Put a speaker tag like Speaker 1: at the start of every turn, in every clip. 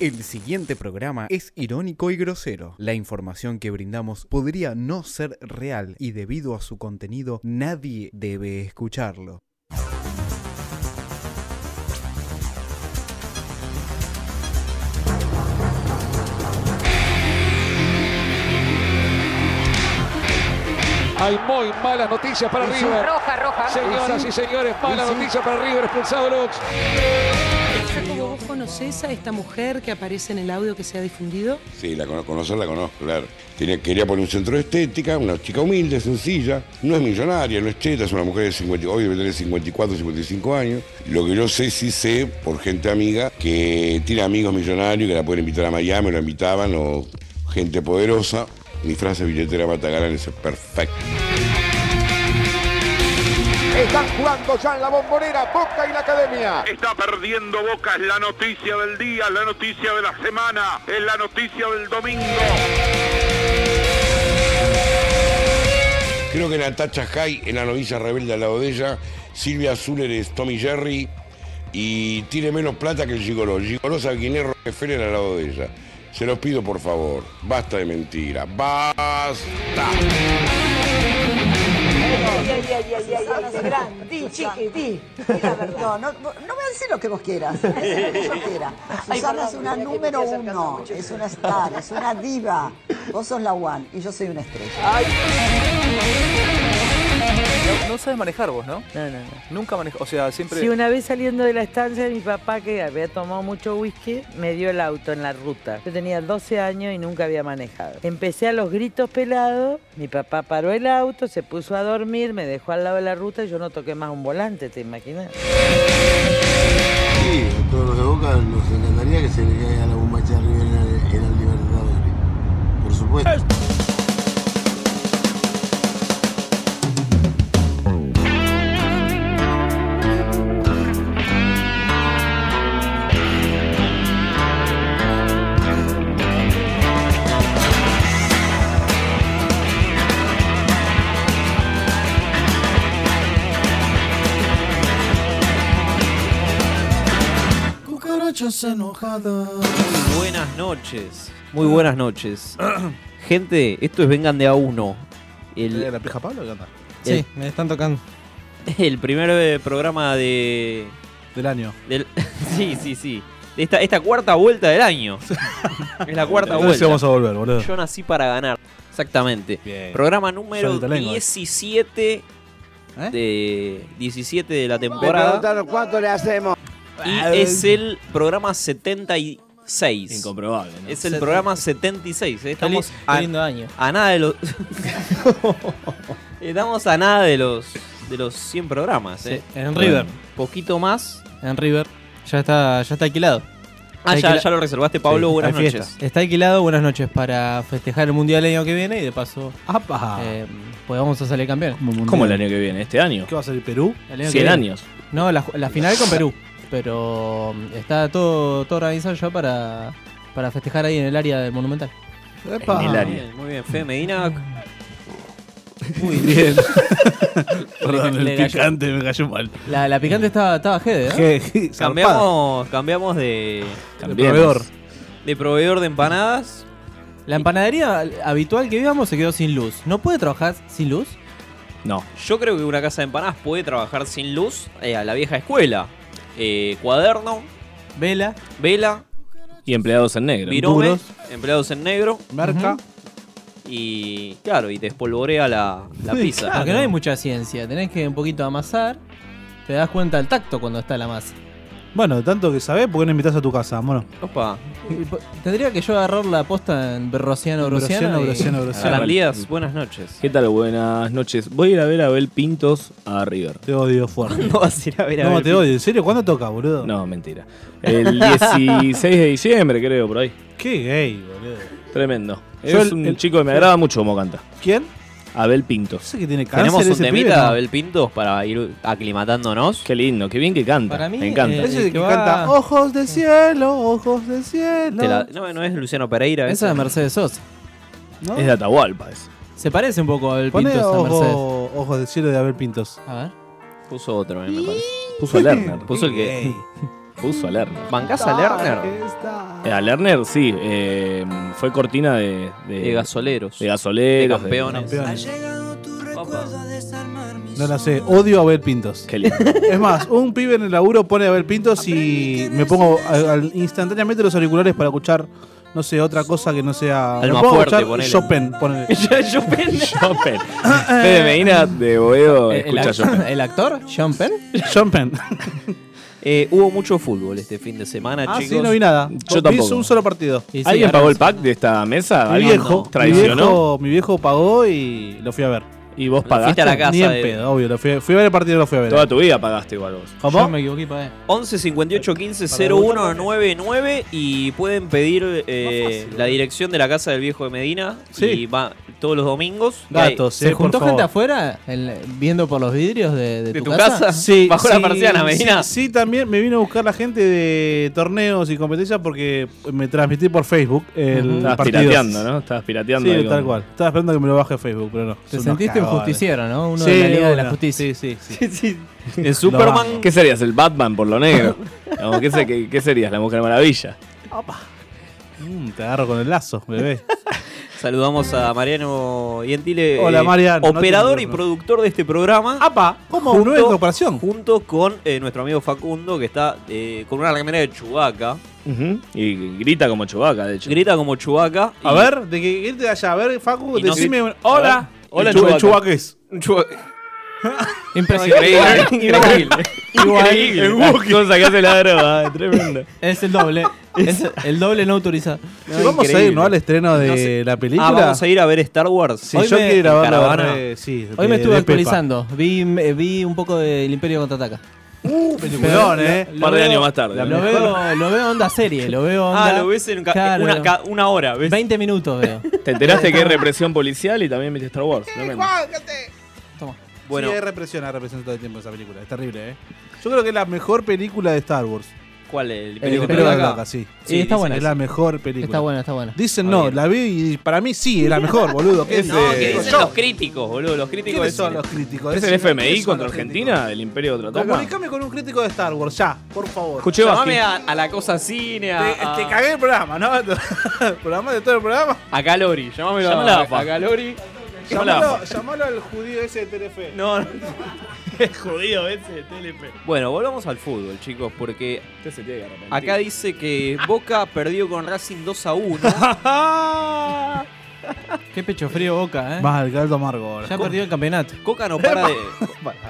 Speaker 1: El siguiente programa es irónico y grosero. La información que brindamos podría no ser real y debido a su contenido nadie debe escucharlo.
Speaker 2: Hay muy malas noticias para River.
Speaker 3: Roja, roja.
Speaker 2: Señoras y señores, mala noticia para River, expulsado Lux.
Speaker 4: Chaco, ¿vos conocés a esta mujer que aparece en el audio que se ha difundido?
Speaker 5: Sí, la conozco, conocer la conozco, claro. Tenía- quería poner un centro de estética, una chica humilde, sencilla, no es millonaria, no es cheta, es una mujer de 50, hoy debe tener 54, 55 años. Lo que yo sé, sí sé, por gente amiga, que tiene amigos millonarios que la pueden invitar a Miami, la invitaban, o gente poderosa. Mi frase billetera Batagalan es perfecta.
Speaker 6: Están jugando ya en la bombonera Boca y la Academia.
Speaker 3: Eh.
Speaker 7: Está perdiendo Boca, es la noticia del día, es la noticia de la semana, es la noticia del domingo.
Speaker 5: Creo que Natacha High en la novicia rebelde al lado de ella, Silvia Zuller es Tommy Jerry y tiene menos plata que el Gigoló. El Gigoló sabe quién es Rockefeller al lado de ella. Se los pido por favor, basta de mentira, basta.
Speaker 8: Grandí, chiquití. Mira, perdón, no, no me vas a decir lo que vos quieras. Vos decís lo que vos quieras. Susana es una número uno, es una star, es una diva. Vos sos la one y yo soy una estrella.
Speaker 9: No, no sabes manejar vos, ¿no?
Speaker 10: No, no, no.
Speaker 9: Nunca manejas, o sea, siempre...
Speaker 10: Si una vez saliendo de la estancia, mi papá, que había tomado mucho whisky, me dio el auto en la ruta. Yo tenía 12 años y nunca había manejado. Empecé a los gritos pelados, mi papá paró el auto, se puso a dormir, me dejó al lado de la ruta y yo no toqué más un volante, ¿te imaginas?
Speaker 11: Sí, a todos los de Boca nos encantaría que se le caiga la bombacha de River en el, en el Libertadores. Por supuesto.
Speaker 12: Cucarachas enojadas.
Speaker 13: Buenas noches, muy buenas noches. Gente, esto es Vengan de a uno. El,
Speaker 12: ¿La pija Pablo qué onda?
Speaker 13: Sí,
Speaker 12: me están tocando.
Speaker 13: el primer eh, programa de...
Speaker 12: Del año.
Speaker 13: del- sí, sí, sí. De Esta, esta cuarta vuelta del año. es la cuarta
Speaker 12: Entonces
Speaker 13: vuelta.
Speaker 12: vamos a volver, boludo.
Speaker 13: Yo nací para ganar. Exactamente.
Speaker 12: Bien.
Speaker 13: Programa número
Speaker 12: Suelta lengua. ¿Eh?
Speaker 13: 17 de 17 de la
Speaker 6: Le
Speaker 13: temporada.
Speaker 6: preguntaron cuánto le hacemos.
Speaker 13: Y es el programa 76.
Speaker 14: Incomprobable, ¿no?
Speaker 13: Es el
Speaker 14: Set-
Speaker 13: programa 76. eh. Estamos
Speaker 14: Qué li-
Speaker 13: a,
Speaker 14: qué lindo año.
Speaker 13: a nada de los. Estamos a nada de los de los 100 programas. eh.
Speaker 14: Sí, en River.
Speaker 13: Poquito más.
Speaker 14: En River. Ya está, ya está alquilado.
Speaker 13: Ah,
Speaker 14: Está
Speaker 13: ya,
Speaker 14: alquila-
Speaker 13: ya lo reservaste, Pablo.
Speaker 14: Sí,
Speaker 13: Buenas
Speaker 14: hay fiesta.
Speaker 13: noches.
Speaker 14: Está alquilado, buenas noches, para festejar el Mundial el año que viene y de paso, eh, pues vamos a salir campeón.
Speaker 12: ¿Cómo
Speaker 14: el
Speaker 12: año
Speaker 14: que viene? ¿Este año?
Speaker 12: ¿Qué va a ser Perú?
Speaker 14: Cien No, la, ju- la final con Perú. Pero mm, está todo, todo organizado ya para, para festejar ahí en el área del Monumental.
Speaker 13: Muy bien, Muy bien, Fe Medina.
Speaker 14: Muy
Speaker 12: bien.
Speaker 14: Perdón, el picante
Speaker 12: me cayó mal.
Speaker 14: La, la picante estaba, estaba jede, ¿eh?
Speaker 13: Cambiamos, cambiamos de,
Speaker 14: Cambiemos. proveedor.
Speaker 13: De proveedor de empanadas.
Speaker 14: La empanadería habitual que vivíamos se quedó sin luz. ¿No puede trabajar sin luz?
Speaker 13: No. Yo creo que una casa de empanadas puede trabajar sin luz eh, a la vieja escuela. Eh, cuaderno,
Speaker 14: Vela.
Speaker 13: vela,
Speaker 14: Y empleados en negro.
Speaker 13: virome,
Speaker 14: Duros.
Speaker 13: empleados en negro.
Speaker 14: Merca.
Speaker 13: Y claro, y te espolvorea la, la
Speaker 14: Sí,
Speaker 13: pizza.
Speaker 14: Porque no hay mucha ciencia. Tenés que un poquito amasar. Te das cuenta del tacto cuando está la masa.
Speaker 12: Bueno, tanto que sabés, ¿por qué no invitás a tu casa, mono?
Speaker 13: Opa.
Speaker 14: Y po- Tendría que yo agarrar la posta en Berrociano, Berrociano.
Speaker 12: Berrociano, Berrociano, Berrociano.
Speaker 13: Díaz, buenas noches.
Speaker 15: ¿Qué tal? Buenas noches. Voy a ir a ver a Abel Pintos a River.
Speaker 12: Te odio fuerte.
Speaker 13: No vas a ir a ver a
Speaker 12: No,
Speaker 15: Abel
Speaker 12: te
Speaker 15: Pintos?
Speaker 12: odio. ¿En serio? ¿Cuándo toca, boludo?
Speaker 15: No, mentira. El 16 de diciembre, creo, por ahí.
Speaker 12: Qué gay, boludo.
Speaker 15: Tremendo.
Speaker 12: Yo
Speaker 15: es
Speaker 12: el-
Speaker 15: un
Speaker 12: el-
Speaker 15: chico que me agrada mucho como canta.
Speaker 12: ¿Quién?
Speaker 15: Abel Pintos.
Speaker 12: Sé que tiene
Speaker 13: Tenemos un temita,
Speaker 15: Abel
Speaker 13: Abel Pintos, para ir aclimatándonos.
Speaker 15: Qué lindo, qué bien que canta.
Speaker 14: Para mí,
Speaker 15: me encanta.
Speaker 13: eh,
Speaker 12: Ese es el
Speaker 13: que
Speaker 12: que
Speaker 13: va-
Speaker 12: canta Ojos de cielo, ojos de cielo.
Speaker 13: Te la- no, no es Luciano Pereira.
Speaker 14: Esa
Speaker 13: ese.
Speaker 14: es Mercedes Sosa.
Speaker 12: ¿No?
Speaker 15: Es de Atahualpa, eso.
Speaker 14: Se parece un poco al
Speaker 12: Poné
Speaker 14: Pintos a Mercedes.
Speaker 12: ojo- Ojos de cielo de Abel Oh. Pintos.
Speaker 14: A ver.
Speaker 13: Puso otro, eh, me parece.
Speaker 15: Puso a Lerner.
Speaker 13: Puso el que.
Speaker 15: Puso a Lerner.
Speaker 13: ¿Bancás a Lerner?
Speaker 15: Eh, A Lerner, sí. eh, fue cortina de,
Speaker 13: De gasoleros.
Speaker 15: De gasoleros.
Speaker 13: De campeones.
Speaker 12: No la sé, odio a ver pintos. Es más, un pibe en el laburo pone a ver pintos y me pongo al- al- instantáneamente los auriculares para escuchar, no sé, otra cosa que no sea. me
Speaker 15: Alma
Speaker 12: pongo a
Speaker 15: fuerte,
Speaker 12: escuchar Chopin, ponele.
Speaker 15: ponele. Chopin. Chopin. Fede Medina de Boedo
Speaker 14: Eh, ¿El,
Speaker 15: escucha
Speaker 14: ac-
Speaker 15: Chopin.
Speaker 14: el actor? ¿Sean Penn?
Speaker 12: Sean Penn.
Speaker 13: Eh, hubo mucho fútbol este fin de semana,
Speaker 12: Ah, sí,
Speaker 13: chicos.
Speaker 12: no vi nada.
Speaker 15: Yo tampoco.
Speaker 12: un solo partido.
Speaker 15: Y sí, ¿Alguien pagó el pack de esta mesa?
Speaker 12: Mi
Speaker 15: ¿Alguien
Speaker 12: viejo, mi
Speaker 15: traicionó?
Speaker 12: viejo, mi viejo pagó y lo fui a ver.
Speaker 15: ¿Y vos
Speaker 13: pagaste? a la casa
Speaker 12: Ni en
Speaker 13: de-
Speaker 12: pedo, obvio. Lo fui, fui a ver el partido y lo fui a ver.
Speaker 15: Toda tu vida pagaste igual vos.
Speaker 12: ¿Cómo?
Speaker 14: me equivoqué,
Speaker 12: eh.
Speaker 14: para
Speaker 13: 11 58 15 0199 y pueden pedir eh, la dirección de la casa del viejo de Medina. Y va todos los domingos. Y ahí-
Speaker 12: eh,
Speaker 14: ¿Se juntó gente afuera en- viendo por los vidrios de, de tu, casa?
Speaker 12: Sí, sí, sí,
Speaker 14: Medina.
Speaker 12: Sí, también me vino a buscar la gente de torneos y competencias porque me transmití por Facebook el
Speaker 15: Ujú. Estabas
Speaker 12: partido.
Speaker 15: pirateando, ¿no? Estabas pirateando
Speaker 12: Sí,
Speaker 15: ahí
Speaker 12: tal
Speaker 15: con-
Speaker 12: cual. Estaba esperando que me lo baje Facebook, pero no.
Speaker 14: Te
Speaker 12: Son unos
Speaker 14: sentiste un
Speaker 12: cagones.
Speaker 14: justiciero, ¿no? Uno
Speaker 12: Sí,
Speaker 14: de la Liga de la
Speaker 12: una.
Speaker 14: Justicia.
Speaker 12: Sí, sí.
Speaker 15: ¿En
Speaker 12: Superman?
Speaker 15: Superman? ¿Qué serías? ¿El Batman por lo negro? Digamos, ¿qué, se- qué- qué serías? ¿La Mujer Maravilla?
Speaker 12: Mm, te agarro con el lazo, bebé.
Speaker 13: Saludamos a Mariano Gentile. eh,
Speaker 12: Hola, Mariano, no
Speaker 13: Operador
Speaker 12: te
Speaker 13: y
Speaker 12: entiendo.
Speaker 13: productor de este programa.
Speaker 12: ¡Apa! ¿Cómo?
Speaker 13: Junto-
Speaker 12: ¿No es cooperación?
Speaker 13: Junto con eh, nuestro amigo Facundo, que está eh, con una remera de Chubaca.
Speaker 15: Y grita como Chubaca, de hecho.
Speaker 13: Grita como Chubaca.
Speaker 12: A ver, de que irte de allá. A ver, Facu,
Speaker 13: Y no
Speaker 12: decime.
Speaker 13: sé-
Speaker 12: un-
Speaker 13: Hola.
Speaker 12: Hola.
Speaker 13: Hola,
Speaker 12: El chu- el
Speaker 13: Chewbacca.
Speaker 12: Chubaques.
Speaker 15: Increíble. Increíble. Increíble. ¿Cómo sacaste la droga? Tremendo.
Speaker 14: Es el doble. Es el doble no autorizado.
Speaker 12: Sí, vamos a ir, ¿no? Al estreno de
Speaker 14: No sé.
Speaker 12: la película.
Speaker 13: Ah, vamos a ir a ver Star Wars.
Speaker 12: Sí, yo quiero ir a verlo,
Speaker 13: Caravana.
Speaker 12: eh, sí,
Speaker 14: Hoy me
Speaker 12: de-
Speaker 14: estuve
Speaker 12: de Pepa.
Speaker 14: actualizando. Vi, eh, vi un poco del Imperio Contraataca.
Speaker 12: Uh, peliculón, eh.
Speaker 14: Lo
Speaker 15: par de
Speaker 14: veo-
Speaker 15: años más tarde.
Speaker 14: Lo veo, lo veo onda serie, lo veo onda.
Speaker 13: Ah, lo ves en ca-
Speaker 14: Claro.
Speaker 13: una, ca- una hora. ¿ves?
Speaker 14: 20 minutos veo.
Speaker 15: Te enteraste que es represión policial y también viste Star Wars. Tremendo.
Speaker 13: Bueno.
Speaker 12: Bueno. Sí, hay represión, hay represión todo el tiempo esa película. Es terrible, ¿eh? Yo creo que es la mejor película de Star Wars.
Speaker 13: ¿Cuál es? El
Speaker 12: El
Speaker 13: Imperio
Speaker 12: Imperio
Speaker 13: Contraataca.
Speaker 12: Contraataca, sí.
Speaker 14: Sí, está
Speaker 12: dicen
Speaker 14: buena
Speaker 12: que Es
Speaker 14: esa.
Speaker 12: la mejor película.
Speaker 14: Está buena, está buena.
Speaker 12: Dicen no, la vi y para mí sí, es la mejor, boludo. ¿Qué es
Speaker 13: No,
Speaker 12: eh,
Speaker 13: que
Speaker 12: digo
Speaker 13: dicen
Speaker 12: yo?
Speaker 13: los críticos, boludo. Los críticos de
Speaker 12: ¿Quiénes son
Speaker 13: cine.
Speaker 12: los críticos?
Speaker 15: ¿Es el
Speaker 12: Decime,
Speaker 15: FMI
Speaker 12: ¿quiénes son
Speaker 15: contra
Speaker 12: los
Speaker 15: Argentina? ¿El Imperio
Speaker 12: críticos?
Speaker 15: Contraataca?
Speaker 12: Comunicame con un crítico de Star Wars, ya, por favor.
Speaker 15: Escuché
Speaker 13: Llamame
Speaker 15: bajo.
Speaker 13: a, a la cosa cine, a,
Speaker 12: Te,
Speaker 13: a,
Speaker 12: te cagué el programa, Ah, ¿no? El programa de todo el programa.
Speaker 13: a Calori. Llamámelo
Speaker 15: Llamala,
Speaker 13: a,
Speaker 15: pa.
Speaker 13: a Calori.
Speaker 12: Llamalo, llamalo al judío ese de TLF.
Speaker 13: No, no.
Speaker 15: jodido ese de TLP.
Speaker 13: Bueno, volvamos al fútbol, chicos, porque
Speaker 15: Usted se tiene que arrepentir.
Speaker 13: acá dice que Boca perdió con Racing 2 a 1.
Speaker 14: Qué pecho frío boca, eh.
Speaker 12: Más el caldo amargo ahora.
Speaker 14: Ya perdió el campeonato.
Speaker 13: Coca no para de.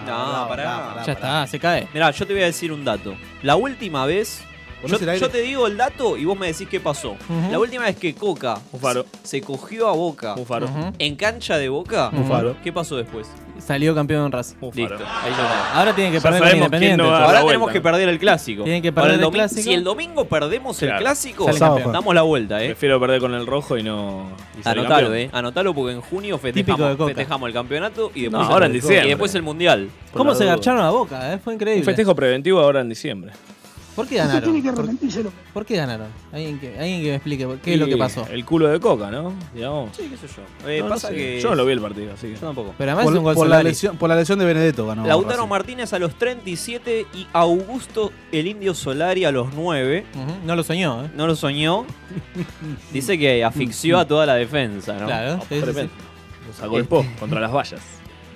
Speaker 12: no,
Speaker 13: No, pará.
Speaker 14: Ya está, se cae.
Speaker 13: Mirá, yo te voy a decir un dato. La última vez. Yo,
Speaker 12: ¿Ponés el aire?
Speaker 13: yo te digo el dato y vos me decís qué pasó. La última vez que Coca
Speaker 15: Bufaro.
Speaker 13: se cogió a Boca
Speaker 15: Bufaro.
Speaker 14: Ujú.
Speaker 13: en cancha de Boca,
Speaker 15: Bufaro.
Speaker 13: ¿qué pasó después?
Speaker 14: Salió campeón en Racing.
Speaker 13: Listo, ahí ya está.
Speaker 14: Ahora tienen que
Speaker 15: Ya
Speaker 14: perder con
Speaker 15: sabemos quién
Speaker 14: Independiente.
Speaker 15: no va a dar
Speaker 13: Ahora
Speaker 15: la vuelta,
Speaker 13: tenemos que
Speaker 15: ¿no?
Speaker 13: perder el clásico.
Speaker 14: Tienen que
Speaker 13: Para
Speaker 14: perder el
Speaker 13: domi-
Speaker 14: clásico.
Speaker 13: Si el domingo perdemos
Speaker 15: Claro.
Speaker 13: el clásico,
Speaker 14: Sale
Speaker 12: Sábado
Speaker 14: campeón.
Speaker 13: damos la vuelta, eh.
Speaker 15: Prefiero perder con el rojo y no. y salir
Speaker 13: Anotalo,
Speaker 15: campeón.
Speaker 13: eh. Anotalo porque en junio
Speaker 14: Típico de
Speaker 13: festejamos,
Speaker 14: Coca.
Speaker 13: festejamos el campeonato y
Speaker 15: No,
Speaker 13: después,
Speaker 15: ahora en
Speaker 13: y
Speaker 15: diciembre.
Speaker 13: después el mundial.
Speaker 15: Por
Speaker 14: ¿Cómo
Speaker 15: la
Speaker 14: se
Speaker 15: duda.
Speaker 14: garcharon a boca? eh? Fue
Speaker 15: Un
Speaker 14: increíble.
Speaker 15: festejo preventivo ahora en diciembre.
Speaker 14: ¿Por qué ganaron? ¿Por, por qué ganaron? Alguien que, alguien que me explique por- qué es lo que
Speaker 15: Y
Speaker 14: pasó.
Speaker 15: El culo de coca, ¿no? Digamos.
Speaker 13: Sí, qué sé yo. Eh,
Speaker 15: No, no
Speaker 13: pasa
Speaker 15: sé.
Speaker 13: que.
Speaker 15: Yo no lo vi el partido, así que.
Speaker 13: Yo tampoco.
Speaker 14: Pero además es un
Speaker 12: Por,
Speaker 14: gol
Speaker 12: por la
Speaker 14: Solari.
Speaker 12: lesión, por la lesión de Benedetto ganó.
Speaker 13: Lautaro
Speaker 12: Racing.
Speaker 13: Martínez a los 37 y Augusto el Indio Solari a los 9.
Speaker 14: Ujú, No lo soñó, ¿eh?
Speaker 13: No lo soñó. Dice que asfixió a toda la defensa, ¿no? Este,
Speaker 14: Claro, sí, sí, sí.
Speaker 15: Tremendo. Nos agolpó contra las vallas.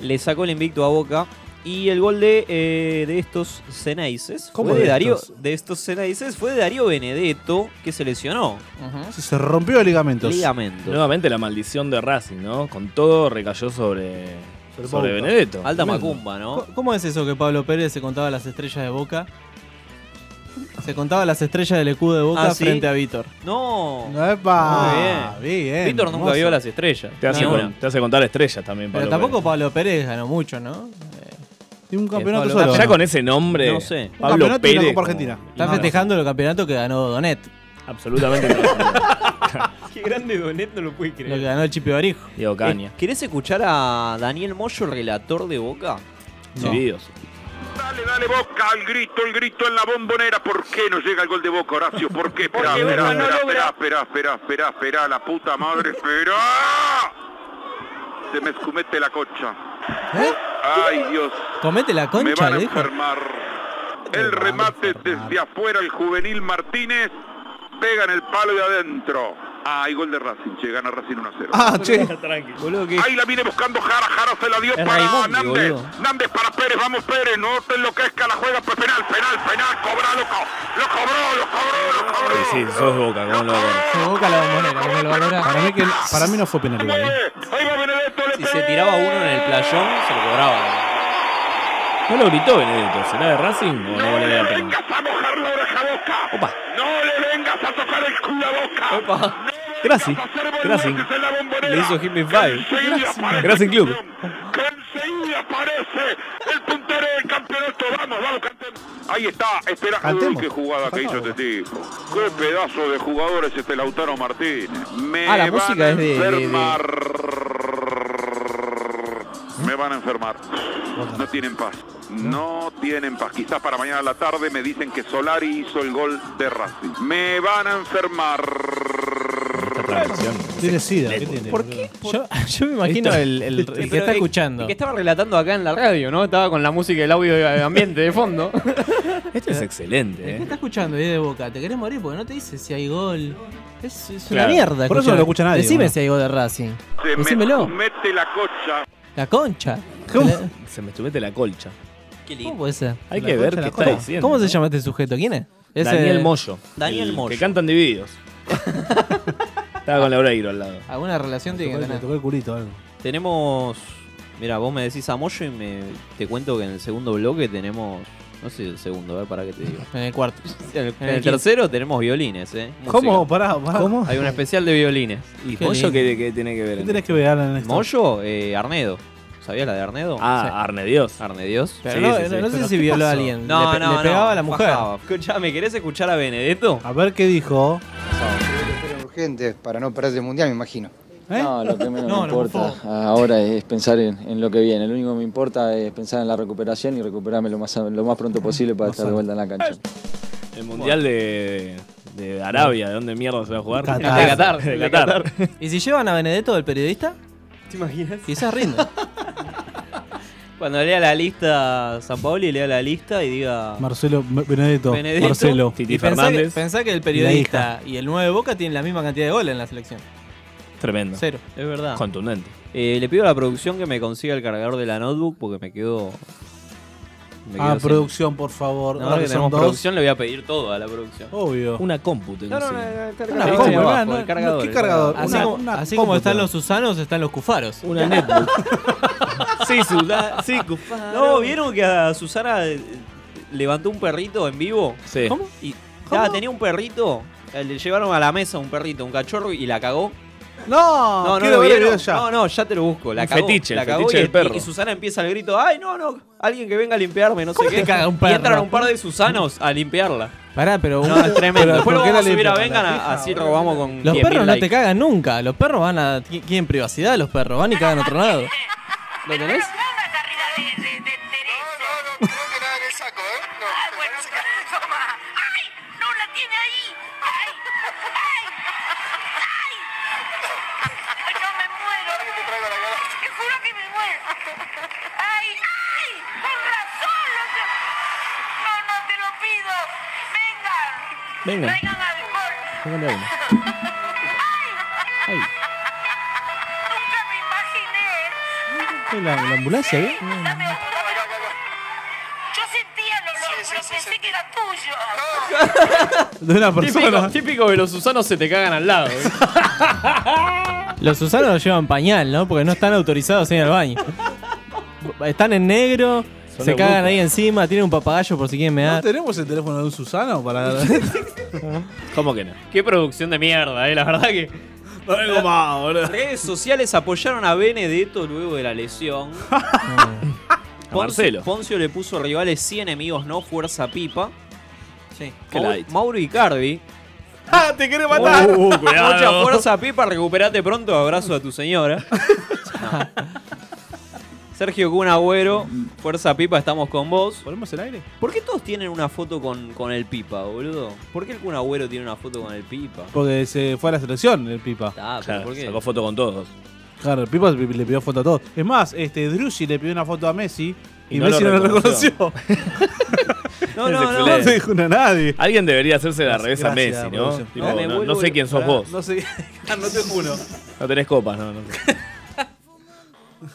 Speaker 13: Le sacó el invicto a Boca. Y el gol de, eh, de estos Ceneices
Speaker 12: ¿Cómo
Speaker 13: fue de,
Speaker 12: de
Speaker 13: Darío
Speaker 12: estos?
Speaker 13: de estos Ceneices fue de Darío Benedetto que se lesionó
Speaker 14: Ujú.
Speaker 12: Sí, Se rompió el ligamento.
Speaker 13: ligamentos.
Speaker 15: Nuevamente la maldición de Racing, ¿no? Con todo recayó sobre.
Speaker 12: Sobre
Speaker 15: Sobre
Speaker 12: Boca.
Speaker 15: Benedetto.
Speaker 13: Alta
Speaker 15: Tremendo.
Speaker 13: macumba, ¿no?
Speaker 14: Co- ¿Cómo es eso que Pablo Pérez se contaba las estrellas de Boca? Se contaba las estrellas del escudo de Boca
Speaker 13: Ah, ¿sí?
Speaker 14: frente a Víctor.
Speaker 13: No.
Speaker 14: Ah,
Speaker 12: ¡Epa! Bien.
Speaker 13: Víctor nunca
Speaker 12: hermoso.
Speaker 13: vio las estrellas.
Speaker 15: Te hace,
Speaker 13: Ni
Speaker 15: con-
Speaker 13: una.
Speaker 15: te hace contar estrellas también,
Speaker 14: Pero
Speaker 15: Pablo
Speaker 14: tampoco
Speaker 15: Pérez.
Speaker 14: Pablo Pérez ganó mucho, ¿no? Eh,
Speaker 12: Y un campeonato
Speaker 14: Pablo
Speaker 12: solo.
Speaker 15: Ya con ese nombre.
Speaker 13: No sé.
Speaker 12: Un
Speaker 15: Pablo
Speaker 12: campeonato y
Speaker 15: Pérez.
Speaker 12: una Copa
Speaker 15: como-
Speaker 12: Argentina.
Speaker 14: Está
Speaker 12: No,
Speaker 14: festejando el campeonato que ganó Donet,
Speaker 15: Absolutamente. trascendente.
Speaker 13: Qué grande Donet, no lo puede
Speaker 14: lo que ganó el Chipi Barijo.
Speaker 15: Diego Caña.
Speaker 13: Eh, ¿Querés escuchar a Daniel Moyo, relator de Boca?
Speaker 14: No.
Speaker 15: Divididos.
Speaker 7: Dale, dale, Boca, el grito, el grito en la bombonera. ¿Por qué no llega el gol de Boca, Horacio? ¿Por qué? Espera,
Speaker 13: Porque
Speaker 7: espera,
Speaker 13: Boca no
Speaker 7: espera,
Speaker 13: logra-
Speaker 7: espera, espera, espera, espera, espera, la puta madre, espera. Se me escumete la cocha.
Speaker 14: ¿Eh?
Speaker 7: Ay, Dios,
Speaker 14: Comete la
Speaker 7: me
Speaker 14: concha,
Speaker 7: van a
Speaker 14: le dijo.
Speaker 7: enfermar. El remate desde afuera, el juvenil Martínez pega en el palo de adentro. Ah, hay gol de Racing, che, gana Racing 1 0.
Speaker 12: Ah, che.
Speaker 7: Ahí la viene buscando Jara, Jara se la dio para
Speaker 15: Raimondi,
Speaker 7: Nández.
Speaker 15: boludo.
Speaker 7: Nández para Pérez, vamos Pérez, no te enloquezca, la juega, pues penal, penal, penal, cobra, loco. Lo cobró, lo cobró, lo cobró.
Speaker 15: Sí, sos boca, ¿cómo lo
Speaker 14: Se boca la bombonera, que me lo valora.
Speaker 12: Para mí, que, para mí no fue penal igual. eh.
Speaker 13: Si se tiraba uno en el playón, se lo cobraba.
Speaker 15: No lo gritó Benedetto, ¿será de Racing o no vale la pena?
Speaker 7: No le vengas a tocar el culo a boca.
Speaker 15: Gracias, Racing. Le hizo Hit Me Five. Racing Club.
Speaker 7: Enseguida aparece el puntero del campeonato. Vamos, vamos, cantemos. Ahí está, espera. Uy,
Speaker 15: Cantemos.
Speaker 7: qué jugada que hizo este tipo. Qué pedazo de jugador es este Lautaro Martínez. Me
Speaker 15: Ah, la
Speaker 7: van
Speaker 15: música
Speaker 7: a
Speaker 15: es de- de- de-
Speaker 7: enfermar. Me van a enfermar. No tienen paz. No tienen paz. Quizás para mañana a la tarde me dicen que Solari hizo el gol de Racing. Me van a enfermar.
Speaker 12: Tiene sida. ¿Qué tiene?
Speaker 14: ¿Por qué? Yo, yo me imagino
Speaker 15: Listo.
Speaker 14: el, el- el que
Speaker 15: Pero
Speaker 14: está
Speaker 15: Este, el-
Speaker 14: escuchando.
Speaker 15: el que estaba relatando acá en la radio, ¿no? Estaba con la música y el audio de ambiente de fondo. Esto es
Speaker 14: El
Speaker 15: excelente,
Speaker 14: que
Speaker 15: ¿eh?
Speaker 14: está escuchando y de boca, te querés morir porque no te dice si hay gol. Es, es
Speaker 15: Claro.
Speaker 14: una mierda.
Speaker 15: Por eso no lo escucha nadie,
Speaker 14: Decime
Speaker 15: bueno.
Speaker 14: si hay gol de Racing.
Speaker 7: Se me-
Speaker 14: Decímelo.
Speaker 7: mete la cocha.
Speaker 14: La concha.
Speaker 15: Se me estuvete la colcha.
Speaker 14: ¿Cómo puede ser?
Speaker 15: Hay
Speaker 14: La
Speaker 15: que ver
Speaker 14: concha,
Speaker 15: qué
Speaker 14: la
Speaker 15: está
Speaker 14: concha.
Speaker 15: diciendo,
Speaker 14: ¿Cómo
Speaker 15: ¿no?
Speaker 14: se llama este sujeto? ¿Quién es? Ese-
Speaker 15: Daniel Moyo.
Speaker 14: Daniel
Speaker 15: el
Speaker 14: Moyo.
Speaker 15: Que cantan divididos. Estaba con Laureiro al lado.
Speaker 14: Alguna relación tiene que
Speaker 12: Le
Speaker 14: tener.
Speaker 12: tocó el culito eh. algo.
Speaker 13: Tenemos. Mira, vos me decís a Moyo y me, te cuento que en el segundo bloque tenemos. No sé el segundo, a ver para qué te digo.
Speaker 14: En el cuarto.
Speaker 13: En el,
Speaker 14: En
Speaker 15: Eh,
Speaker 13: en el
Speaker 14: el
Speaker 13: tercero tenemos violines, ¿eh?
Speaker 12: ¿Cómo?
Speaker 13: Música.
Speaker 12: Pará, pará. ¿Cómo?
Speaker 13: Hay un especial de violines.
Speaker 15: ¿Y Moyo qué, qué tiene que ver?
Speaker 12: ¿Qué tenés que ver, Alan? en esto?
Speaker 13: Moyo, eh, Arnedo. ¿Sabías la de Arnedo?
Speaker 15: Ah, Arne Dios.
Speaker 13: Arne Dios.
Speaker 15: Pero Sí, no- sí, sí. no sé Pero si ¿qué violó a pasó? alguien.
Speaker 13: No,
Speaker 15: Le pe-
Speaker 13: no,
Speaker 15: le pegaba
Speaker 13: no,
Speaker 15: a la mujer.
Speaker 13: fajaba. Escuchame, ¿querés escuchar a Benedetto?
Speaker 12: A ver qué dijo.
Speaker 3: urgente para no perderse el mundial, me imagino.
Speaker 16: No, lo que menos
Speaker 3: No,
Speaker 16: me
Speaker 3: no, por
Speaker 16: importa ahora es pensar en, en lo que viene. Lo único que me importa es pensar en la recuperación y recuperarme lo más, lo más pronto posible para estar de vuelta en la cancha.
Speaker 15: El mundial de, de Arabia, ¿de dónde mierda se va a jugar?
Speaker 14: Qatar.
Speaker 15: De Qatar.
Speaker 14: ¿Y si llevan a Benedetto, el periodista? ¿Te imaginas? Quizás rinde.
Speaker 13: Cuando lea la lista, San Paoli lea la lista y diga.
Speaker 12: Marcelo B- Benedetto.
Speaker 13: Benedetto.
Speaker 12: Marcelo.
Speaker 14: Y pensá que, pensá que el
Speaker 12: La
Speaker 14: periodista y el 9 de Boca tienen la misma cantidad de goles en la selección.
Speaker 15: Tremendo.
Speaker 14: Cero.
Speaker 13: Es verdad.
Speaker 15: Contundente.
Speaker 13: Eh, le pido a la producción que me consiga el cargador de la notebook porque me quedo. me
Speaker 12: hija. Ah,
Speaker 13: quedo sin-
Speaker 12: producción, por favor.
Speaker 13: No,
Speaker 12: Ahora
Speaker 13: ahora
Speaker 12: que
Speaker 13: que
Speaker 12: son
Speaker 13: tenemos
Speaker 12: dos.
Speaker 13: producción, le voy a pedir todo a la producción.
Speaker 12: Obvio.
Speaker 15: Una compu
Speaker 13: No, no,
Speaker 12: Una
Speaker 13: Ahí
Speaker 12: compu,
Speaker 13: abajo,
Speaker 12: ¿verdad?
Speaker 13: el
Speaker 12: No, no,
Speaker 13: cargador,
Speaker 12: ¿Qué
Speaker 13: el
Speaker 12: cargador?
Speaker 14: Así,
Speaker 12: Una-
Speaker 14: como,
Speaker 12: una
Speaker 14: así
Speaker 12: compu,
Speaker 14: como están
Speaker 12: pero-
Speaker 14: los Susanos, están los Cufaros.
Speaker 15: Una netbook. sí, sí,
Speaker 13: No, ¿vieron que a Susana eh, levantó un perrito en vivo?
Speaker 15: Sí. ¿Cómo?
Speaker 13: Y ya, tenía un perrito. eh, Le llevaron a la mesa un perrito, un cachorro, y la cagó.
Speaker 12: No,
Speaker 13: No, no,
Speaker 12: quiero
Speaker 13: lo
Speaker 12: ver el
Speaker 13: vieron.
Speaker 12: video ya.
Speaker 13: no, no, ya te lo busco. La
Speaker 15: Un
Speaker 13: cagó,
Speaker 15: fetiche, el
Speaker 13: la cagó
Speaker 15: fetiche
Speaker 13: y,
Speaker 15: del perro.
Speaker 13: y Susana empieza el grito, ay, no, no, alguien que venga a limpiarme, no sé qué.
Speaker 14: te caga un
Speaker 13: Y
Speaker 14: perro?
Speaker 13: entran un par de Susanos a limpiarla.
Speaker 14: Pará, pero.
Speaker 13: No, es tremendo. Después lo vamos a subir a Vengan, a- así robamos con
Speaker 14: Los
Speaker 13: 10.000
Speaker 14: perros no
Speaker 13: likes.
Speaker 14: te cagan nunca. Los perros van a. qui- Quieren privacidad, los perros. Van y cagan a otro lado. ¿Lo tenés?
Speaker 15: Venga. Póngale uno. Ay.
Speaker 12: ¿Qué, La, la ambulancia, ¿eh?
Speaker 17: Yo sentía los ojos, pero pensé que era tuyo.
Speaker 12: De una persona.
Speaker 15: Típico, típico que los Susanos se te cagan al lado. ¿eh?
Speaker 14: Los Susanos los llevan pañal, ¿no? Porque no están autorizados a ir al baño. Están en negro,
Speaker 12: Son
Speaker 14: se
Speaker 12: los
Speaker 14: cagan
Speaker 12: grupos.
Speaker 14: ahí encima, tienen un papagayo por si quieren
Speaker 12: ¿No
Speaker 14: mear.
Speaker 12: tenemos el teléfono de un Susano para.?
Speaker 15: ¿Cómo que no? Qué producción de mierda, eh, la verdad que. No vengo más, boludo.
Speaker 13: Redes sociales apoyaron a Benedetto luego de la lesión.
Speaker 15: Ah.
Speaker 13: Poncio-
Speaker 15: Marcelo.
Speaker 13: Poncio le puso rivales 100 enemigos, no fuerza pipa.
Speaker 14: Sí.
Speaker 15: Qué light.
Speaker 13: Mauro Icardi.
Speaker 15: ¡Ah, te quiere
Speaker 13: Uh,
Speaker 15: Uh, cuidado.
Speaker 13: Mucha fuerza, Pipa. Recuperate pronto. Abrazo a tu señora. Sergio Kun Agüero. Fuerza, Pipa. Estamos con vos.
Speaker 12: ¿Ponemos el aire?
Speaker 13: ¿Por qué todos tienen una foto con, con el Pipa, boludo? ¿Por qué el Kun Agüero tiene una foto con el Pipa?
Speaker 12: Porque se fue a la selección el Pipa.
Speaker 13: Ah, pero ¿por qué?
Speaker 15: Sacó foto con todos.
Speaker 12: Claro, el Pipa le pidió foto a todos. Es más, este Drusi le pidió una foto a Messi y,
Speaker 15: Y no
Speaker 12: Messi
Speaker 15: lo
Speaker 12: no lo
Speaker 15: reconoció.
Speaker 12: reconoció.
Speaker 13: No, no, no.
Speaker 12: No se dijo una a nadie.
Speaker 15: Alguien debería hacerse la
Speaker 12: Gracias,
Speaker 15: revés a
Speaker 12: gracias,
Speaker 15: Messi, ¿no?
Speaker 12: producción.
Speaker 15: Tipo,
Speaker 12: No, me
Speaker 15: no, no
Speaker 12: vuelvo
Speaker 15: sé quién sos
Speaker 12: pará,
Speaker 15: vos.
Speaker 12: No sé. no te juro.
Speaker 15: No tenés copas, no. no.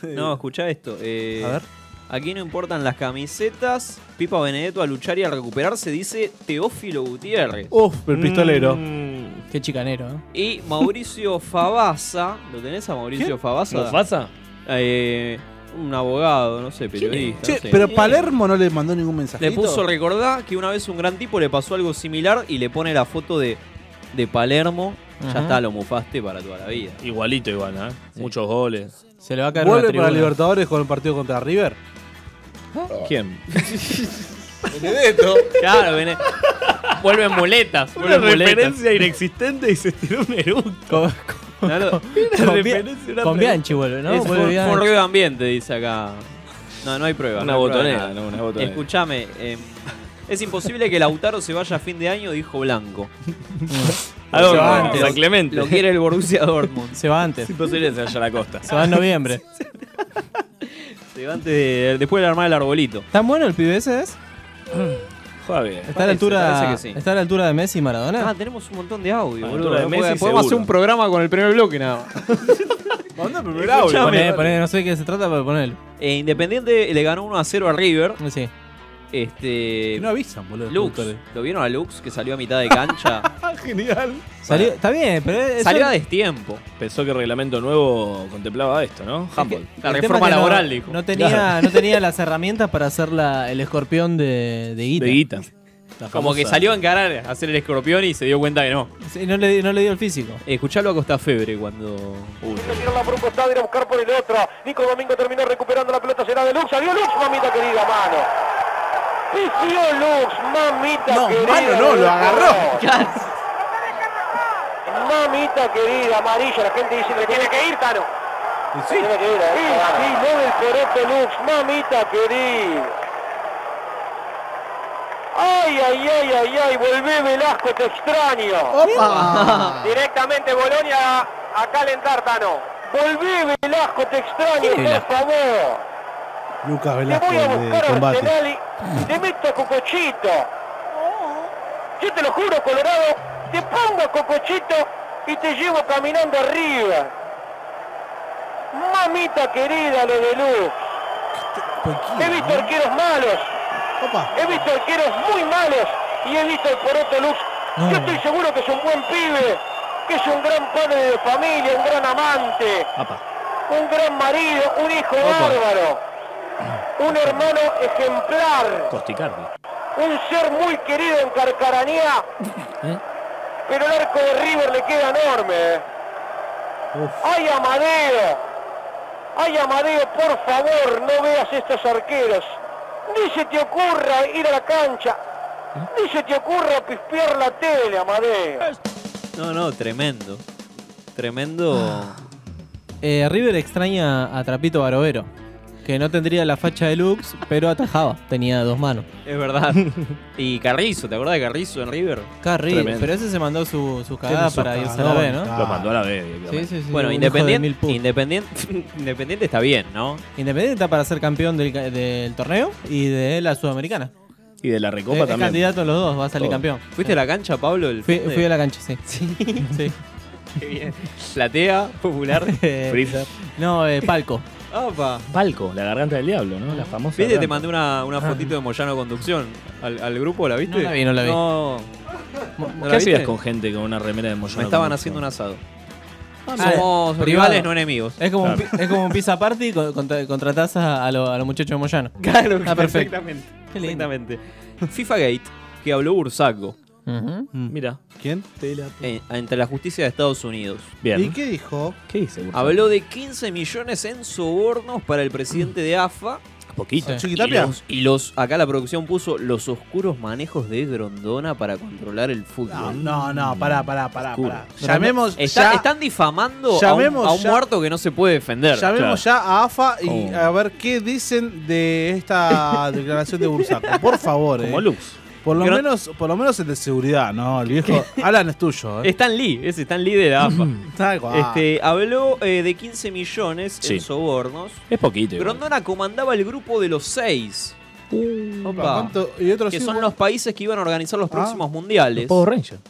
Speaker 13: No, escuchá esto. eh,
Speaker 15: A ver.
Speaker 13: Aquí no importan las camisetas. Pipa Benedetto al luchar y al recuperarse dice Teófilo Gutiérrez. Mm.
Speaker 12: Uf, el pistolero.
Speaker 14: Mm, Qué chicanero, ¿eh?
Speaker 13: Y Mauricio Fabasa. ¿Lo tenés a Mauricio Fabasa?
Speaker 15: ¿Mufasa?
Speaker 13: Eh, un abogado, no sé, periodista.
Speaker 12: Che,
Speaker 13: no sé.
Speaker 12: pero
Speaker 13: Sí.
Speaker 12: Palermo no le mandó ningún mensajito.
Speaker 13: Le puso recordá que una vez un gran tipo le pasó algo similar y le pone la foto de, de Palermo.
Speaker 15: Ajá.
Speaker 13: Ya está, lo mufaste para toda la vida.
Speaker 15: Igualito igual, ¿eh? Muchos goles.
Speaker 14: Se le va a
Speaker 12: ¿Vuelve para Libertadores con el partido contra River?
Speaker 15: ¿Quién?
Speaker 12: Benedetto.
Speaker 15: Claro, viene. Vuelve en muletas.
Speaker 12: Una
Speaker 15: Vuelve en muletas.
Speaker 12: referencia
Speaker 15: inexistente y se tiró un eructo.
Speaker 14: Con Bia- con Bianchi vuelve, ¿no?
Speaker 13: Es
Speaker 14: Vuelve
Speaker 13: un-
Speaker 14: Bianchi.
Speaker 13: un ruido ambiente, dice acá. No, no hay prueba.
Speaker 15: Una
Speaker 13: no hay prueba de
Speaker 15: botonera,
Speaker 13: nada.
Speaker 15: no, una botonera.
Speaker 13: Escuchame, eh, es imposible que Lautaro se vaya a fin de año, dijo Blanco.
Speaker 15: ¿A dónde?
Speaker 13: Se va antes.
Speaker 15: San Clemente.
Speaker 13: Lo quiere el Borussia Dortmund.
Speaker 14: Se va antes.
Speaker 15: Es imposible que se vaya a la costa.
Speaker 14: Se va en noviembre.
Speaker 13: Se va antes de- después de armar el arbolito.
Speaker 14: ¿Tan bueno el pibe ese es?
Speaker 15: Juega bien.
Speaker 14: ¿Está a la altura,
Speaker 13: parece que sí.
Speaker 14: ¿Está a la altura de Messi y Maradona?
Speaker 13: Ah, tenemos un montón de audio,
Speaker 14: la
Speaker 13: boludo.
Speaker 14: altura de
Speaker 13: Podemos-
Speaker 14: Messi,
Speaker 13: Podemos hacer
Speaker 14: seguro.
Speaker 13: un programa con el primer bloque nada más.
Speaker 14: Poné- poné, no sé de qué se trata, pero ponelo.
Speaker 13: Eh, Independiente le ganó 1 a 0 a River.
Speaker 14: Sí.
Speaker 13: Este.
Speaker 14: no avisan, boludo, los
Speaker 13: Lux.
Speaker 14: productores.
Speaker 13: ¿Lo vieron a Lux que salió a mitad de cancha?
Speaker 12: Genial.
Speaker 14: Salió- está bien, pero
Speaker 15: Eh,
Speaker 14: es-
Speaker 13: Salió
Speaker 14: son-
Speaker 13: a destiempo.
Speaker 15: Pensó que el reglamento nuevo contemplaba esto, ¿no? Humboldt.
Speaker 13: La
Speaker 14: El tema es que no- No tenía, no tenía las herramientas para hacer la- el escorpión de, de Guita.
Speaker 15: De guita.
Speaker 13: Como que salió a encarar a hacer el escorpión y se dio cuenta que no. Eh,
Speaker 14: Sí, no, le, no le dio el físico.
Speaker 13: Escuchalo a Costa Febre cuando.
Speaker 6: Tirarla por un costado, ir a buscar por el otro. Nico Domingo terminó recuperando la pelota, será de Lux. Salió Lux, mamita querida, mano. Pifió Lux, mamita
Speaker 17: No,
Speaker 6: querida.
Speaker 17: mano no, lo agarró.
Speaker 6: Mamita querida, amarilla, la gente dice que tiene que ir, Tano. Sí, tiene que ir, eh, sí, sí, no del Coroto Lux, mamita querida. Ay, ay, ay, ay, ay, volvé Velasco, te extraño.
Speaker 17: Opa.
Speaker 6: Directamente Bolonia a calentar, Tano. Volvé Velasco, te extraño,
Speaker 12: ¿Quién es
Speaker 6: por
Speaker 12: Velasco?
Speaker 6: favor.
Speaker 12: Lucas
Speaker 6: Te
Speaker 12: Velasco,
Speaker 6: voy a
Speaker 12: el de
Speaker 6: buscar a
Speaker 12: combate.
Speaker 6: Arsenal y te meto a Cocochito. Yo te lo juro, Colorado, te pongo a Cocochito y te llevo caminando arriba. Mamita querida, lo de Luz. He visto arqueros malos. He visto arqueros muy malos y he visto el Poroto Lux. Yo estoy seguro que es un buen pibe, que es un gran padre de familia, un gran amante, un gran marido, un hijo bárbaro, un hermano ejemplar,
Speaker 15: Costicardi.
Speaker 6: un ser muy querido en Carcaranía,
Speaker 15: ¿Eh?
Speaker 6: pero el arco de River le queda enorme. ¿eh? ¡Ay, Amadeo! ¡Ay, Amadeo, por favor, no veas estos arqueros! Ni se te ocurra ir a la cancha.
Speaker 1: ¿Eh?
Speaker 6: Ni se te ocurra pispear la tele, Amadeo.
Speaker 13: No, no, tremendo.
Speaker 14: Ah.
Speaker 13: Tremendo.
Speaker 14: Eh, River extraña a Trapito Barovero, que no tendría la facha de Lux, pero atajaba. Tenía dos manos.
Speaker 13: Es verdad. y Carrizo, ¿te acordás de Carrizo en River?
Speaker 14: Carri, pero ese se mandó su, su cagada para irse a la B, ¿no?
Speaker 15: Lo mandó a la B.
Speaker 14: Sí, sí, sí.
Speaker 13: bueno,
Speaker 14: un hijo de mil
Speaker 13: Independiente,
Speaker 14: pu-
Speaker 13: Independiente, Independiente está bien, ¿no?
Speaker 14: Independiente está para ser campeón del, ca- del torneo y de la Sudamericana.
Speaker 15: Y de la
Speaker 14: Es-
Speaker 15: Recopa
Speaker 14: Eh, es
Speaker 15: también.
Speaker 14: candidato los dos, va a salir
Speaker 13: Todo.
Speaker 14: campeón.
Speaker 13: ¿Fuiste a la cancha, Pablo? el
Speaker 14: Fui,
Speaker 13: fin de-
Speaker 14: fui a la cancha, sí. Sí.
Speaker 13: Qué bien. Platea, popular.
Speaker 14: Freezer. No, eh, palco.
Speaker 13: Opa.
Speaker 15: Palco, la garganta del diablo, ¿no? La famosa.
Speaker 13: ¿Viste? Te
Speaker 15: garganta.
Speaker 13: mandé una, una fotito de Moyano Conducción al, al grupo, ¿la viste?
Speaker 15: No la vi, no la vi.
Speaker 13: No. ¿No
Speaker 15: ¿Qué
Speaker 13: la viste?
Speaker 15: hacías con gente con una remera de Moyano?
Speaker 13: Me estaban
Speaker 15: Conducción?
Speaker 13: haciendo un asado.
Speaker 14: Ah,
Speaker 13: Somos
Speaker 14: privado.
Speaker 13: rivales, no enemigos.
Speaker 14: Es como, un, pi- es como un pizza party con- contra- contratás a, a lo- a los muchachos de Moyano.
Speaker 13: Claro,
Speaker 14: Está Ah, perfecto.
Speaker 13: perfectamente. Perfectamente. FIFA Gate, que habló Bursaco.
Speaker 15: Mira.
Speaker 12: ¿Quién?
Speaker 13: Eh, entre la justicia de Estados Unidos.
Speaker 12: ¿Y qué dijo?
Speaker 15: ¿Qué dice?
Speaker 13: Habló de 15 millones en sobornos para el presidente de AFA.
Speaker 15: Poquito.
Speaker 13: Y los, y los- acá la producción puso los oscuros manejos de Grondona para controlar el fútbol.
Speaker 12: No, no, pará, pará, pará,
Speaker 13: Oscuro.
Speaker 12: pará. Llamemos
Speaker 13: Está-
Speaker 12: ya-
Speaker 13: están difamando a un,
Speaker 12: llamemos
Speaker 13: a un
Speaker 12: ya-
Speaker 13: muerto que no se puede defender.
Speaker 12: Llamemos
Speaker 13: Claro.
Speaker 12: ya a AFA y
Speaker 13: ¿Cómo?
Speaker 12: a ver qué dicen de esta declaración de Bursaco. Por favor,
Speaker 15: Como
Speaker 12: eh.
Speaker 15: Lux.
Speaker 12: Por lo,
Speaker 13: Pero-
Speaker 12: menos, por lo menos el de seguridad, ¿no? El viejo. Alan es tuyo, ¿eh?
Speaker 13: Stan Lee, es Stan Lee de la AFA.
Speaker 12: Tal Mm, cual.
Speaker 13: Este, habló eh, de 15 millones
Speaker 15: Sí.
Speaker 13: en sobornos.
Speaker 15: Es poquito. igual.
Speaker 13: Grondona comandaba el grupo de los seis.
Speaker 14: Uh,
Speaker 13: Opa. que son los países que iban a organizar
Speaker 12: Ah,
Speaker 13: los próximos mundiales.
Speaker 15: los Power Rangers.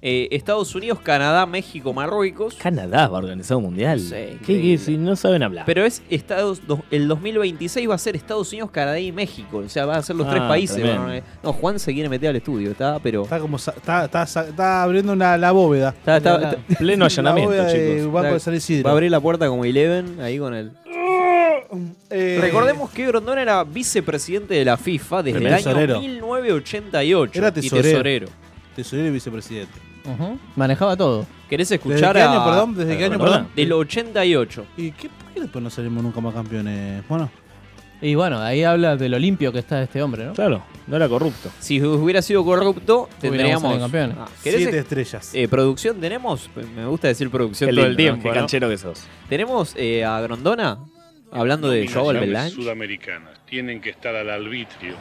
Speaker 13: Eh, Estados Unidos, Canadá, México, Marruecos.
Speaker 15: Canadá va a organizar un mundial.
Speaker 13: Sí,
Speaker 15: ¿Qué-
Speaker 13: increíble.
Speaker 15: qué- si no saben hablar.
Speaker 13: Pero es Estados, do- el 2026 va a ser Estados Unidos, Canadá y México. O sea, van a ser los
Speaker 15: Ah,
Speaker 13: tres países.
Speaker 15: tremendo.
Speaker 13: Bueno, eh, no, Juan se quiere meter al estudio, está, pero.
Speaker 12: Está como sa- está, está sa- está abriendo una, la bóveda.
Speaker 13: está- está-
Speaker 12: La bóveda de Banco de San Isidro.
Speaker 13: Va a abrir la puerta como Eleven ahí con él.
Speaker 12: Eh,
Speaker 13: Recordemos que Grondón era vicepresidente de la FIFA desde el
Speaker 12: Primer
Speaker 13: año
Speaker 12: tesorero.
Speaker 13: 1988.
Speaker 12: Era
Speaker 13: Y
Speaker 12: tesorero.
Speaker 13: tesorero.
Speaker 12: Tesorero y vicepresidente.
Speaker 14: Manejaba todo.
Speaker 13: ¿Querés escuchar
Speaker 12: qué
Speaker 13: a-
Speaker 12: año, perdón? ¿Desde qué
Speaker 13: a
Speaker 12: año,
Speaker 13: Grondona?
Speaker 12: perdón?
Speaker 13: Del 88.
Speaker 12: ¿Y qué, por qué después no salimos nunca más campeones? Bueno.
Speaker 14: Y bueno, ahí habla de lo limpio que está este hombre, ¿no?
Speaker 15: Claro, no era corrupto.
Speaker 13: Si hubiera sido corrupto, tendríamos. Ah,
Speaker 14: salido campeones.
Speaker 12: Siete estrellas.
Speaker 13: eh, producción tenemos. pues, Me gusta decir producción
Speaker 15: Qué
Speaker 13: todo
Speaker 15: lindo,
Speaker 13: el tiempo.
Speaker 15: Qué
Speaker 13: ¿no?
Speaker 15: canchero que sos.
Speaker 13: Tenemos eh, a Grondona hablando de Joao
Speaker 18: Naciones
Speaker 13: Belange.
Speaker 18: sudamericanas tienen que estar al arbitrio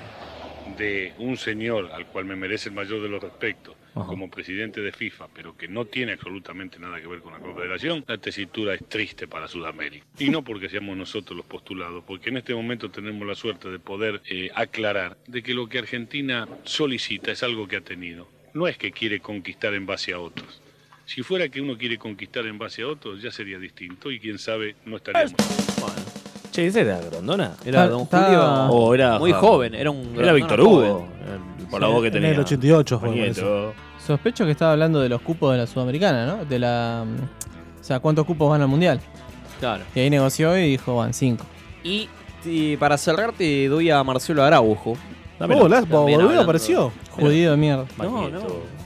Speaker 18: de un señor al cual me merece el mayor de los respetos como presidente de FIFA, pero que no tiene absolutamente nada que ver con la Confederación, la tesitura es triste para Sudamérica. Y no porque seamos nosotros los postulados, porque en este momento tenemos la suerte de poder eh, aclarar de que lo que Argentina solicita es algo que ha tenido. No es que quiere conquistar en base a otros. Si fuera que uno quiere conquistar en base a otros, ya sería distinto y quién sabe, no estaríamos.
Speaker 15: Che, ¿ese era Grondona?
Speaker 13: Era Don Julio
Speaker 15: O era
Speaker 13: muy joven, era un
Speaker 15: Era
Speaker 13: Grondona
Speaker 15: Víctor Hugo.
Speaker 13: joven.
Speaker 15: el- Por la voz que
Speaker 12: en
Speaker 15: tenía.
Speaker 12: el 88 fue,
Speaker 15: Nieto.
Speaker 14: Sospecho que estaba hablando de los cupos de la Sudamericana, ¿no? De la. mm, O sea, ¿cuántos cupos van al mundial?
Speaker 13: Claro.
Speaker 14: Y ahí negoció y dijo, van cinco.
Speaker 13: Y te- para cerrar te doy a Marcelo Araujo.
Speaker 14: Dámelo. Oh, la-
Speaker 13: También
Speaker 14: volvió,
Speaker 13: hablando-
Speaker 14: apareció. Judío de mierda.
Speaker 13: No, no.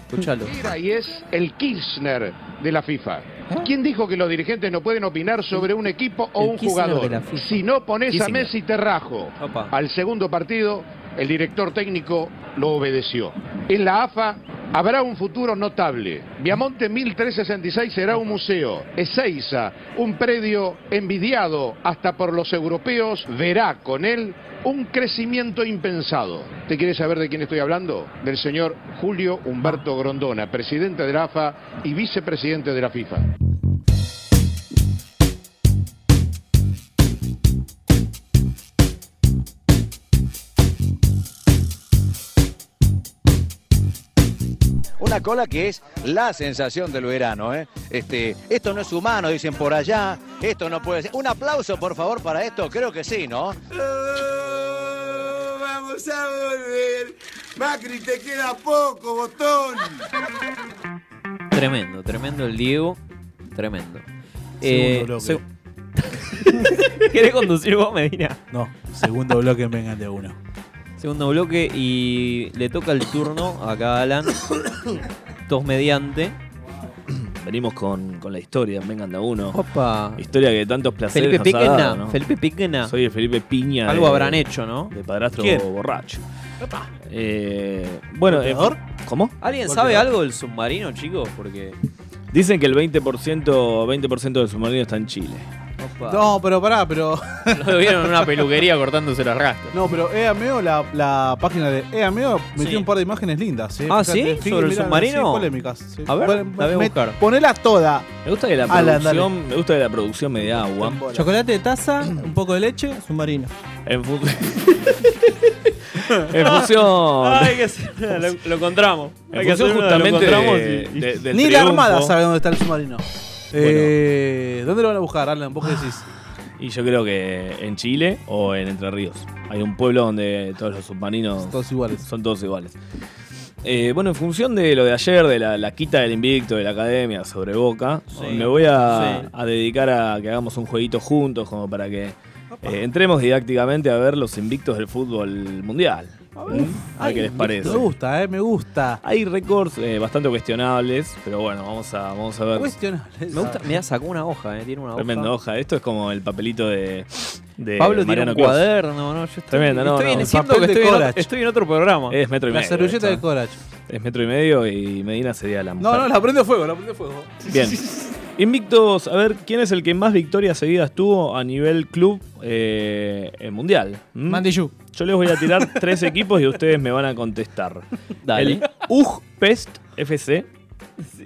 Speaker 13: Escuchalo.
Speaker 19: Era y es el Kirchner de la FIFA. ¿Quién dijo que los dirigentes no pueden opinar sobre un equipo o
Speaker 13: ¿Ah? El
Speaker 19: un
Speaker 13: Kirchner de la
Speaker 19: jugador?
Speaker 13: FIFA.
Speaker 19: Si no pones a
Speaker 13: Kissinger.
Speaker 19: Messi te rajo.
Speaker 13: Opa.
Speaker 19: Al segundo partido, el director técnico lo obedeció. En la AFA habrá un futuro notable. Viamonte 1366 será un museo. Ezeiza, un predio envidiado hasta por los europeos, verá con él un crecimiento impensado. ¿Te quieres saber de quién estoy hablando? Del señor Julio Humberto Grondona, presidente de la AFA y vicepresidente de la FIFA.
Speaker 20: Una cola que es la sensación del verano. ¿eh? Este, esto no es humano, dicen por allá. Esto no puede ser. Un aplauso, por favor, para esto. Creo que sí, ¿no?
Speaker 21: Oh, Vamos a volver. Macri, te queda poco, botón.
Speaker 13: Tremendo, tremendo el Diego. Tremendo. Eh,
Speaker 12: Segundo bloque.
Speaker 13: seg- ¿Querés conducir vos, Medina?
Speaker 12: No, segundo bloque vengan de uno.
Speaker 13: Segundo bloque y le toca el turno acá a Alan. Dos mediante.
Speaker 15: Venimos con, con la historia, vengan de a uno.
Speaker 13: Opa.
Speaker 15: Historia que tantos placeres
Speaker 13: Felipe
Speaker 15: nos ha dado,
Speaker 13: Piquena,
Speaker 15: ¿no?
Speaker 13: Felipe Piquena.
Speaker 15: Soy el Felipe Piña.
Speaker 13: Algo
Speaker 15: de-
Speaker 13: habrán hecho, ¿no?
Speaker 15: De padrastro
Speaker 13: ¿Quién?
Speaker 15: borracho. Eh, bueno, eh,
Speaker 13: ¿Golpeador?
Speaker 15: ¿cómo?
Speaker 13: ¿Alguien sabe
Speaker 15: Golpeador.
Speaker 13: algo del submarino, chicos? Porque.
Speaker 15: Dicen que el 20%, 20 del submarino está en Chile.
Speaker 13: opa.
Speaker 12: No, pero pará, pero.
Speaker 13: Lo vieron en una peluquería cortándose las rastas.
Speaker 12: No, pero E EAMEO, la, la página de E EAMEO, metió un par de imágenes lindas. ¿eh?
Speaker 13: Ah,
Speaker 12: Fíjate,
Speaker 13: ¿sí?
Speaker 12: fíjate,
Speaker 13: ¿Sobre el
Speaker 12: mirá,
Speaker 13: submarino?
Speaker 12: sí, polémicas. sí.
Speaker 15: A ver,
Speaker 12: Bueno,
Speaker 15: la voy a
Speaker 12: me-
Speaker 15: buscar.
Speaker 12: Ponela toda.
Speaker 15: Me gusta que la
Speaker 12: Alan,
Speaker 15: producción, me gusta que la producción me dé agua.
Speaker 14: Chocolate de taza, un poco de leche, submarino.
Speaker 15: En, fu- en función.
Speaker 14: Ay,
Speaker 13: que lo, encontramos.
Speaker 15: En función justamente de- de- del
Speaker 12: Ni la
Speaker 15: triunfo.
Speaker 12: Armada sabe dónde está el submarino. Eh, ¿Dónde lo van a buscar, Alan? ¿Vos qué decís?
Speaker 15: Y yo creo que en Chile o en Entre Ríos. Hay un pueblo donde todos los submarinos son
Speaker 12: todos iguales.
Speaker 15: Eh, bueno, en función de lo de ayer, de la, la quita del invicto de la academia sobre Boca, me voy a,
Speaker 13: sí.
Speaker 15: a dedicar a que hagamos un jueguito juntos, como para que eh, entremos didácticamente a ver los invictos del fútbol mundial. A ver qué les parece.
Speaker 12: Me gusta, eh, me gusta.
Speaker 15: Hay récords eh, bastante cuestionables, pero bueno, vamos a, vamos a ver.
Speaker 12: Cuestionables.
Speaker 13: Me gusta, mirá, sacó una hoja, eh, tiene una hoja.
Speaker 15: Tremenda hoja. Esto es como el papelito de, de
Speaker 13: Pablo tiene
Speaker 15: Mariano
Speaker 13: un
Speaker 15: Clos.
Speaker 13: cuaderno, no, yo estoy,
Speaker 15: Tremendo, no,
Speaker 13: estoy
Speaker 15: no.
Speaker 13: en- siento que estoy en, otro, estoy en otro programa.
Speaker 15: Es metro y
Speaker 13: La
Speaker 15: medio.
Speaker 13: servilleta
Speaker 15: esta.
Speaker 13: de
Speaker 12: Corach.
Speaker 15: Es metro y medio y Medina sería la mujer.
Speaker 12: No, no, la prende fuego, la prende fuego.
Speaker 15: Bien. Invictos, a ver, ¿quién es el que más victorias seguidas tuvo a nivel club eh, en mundial? ¿Mm?
Speaker 14: Mandiyú.
Speaker 15: Yo les voy a tirar tres equipos y ustedes me van a contestar.
Speaker 14: Dale.
Speaker 15: El UG Pest FC.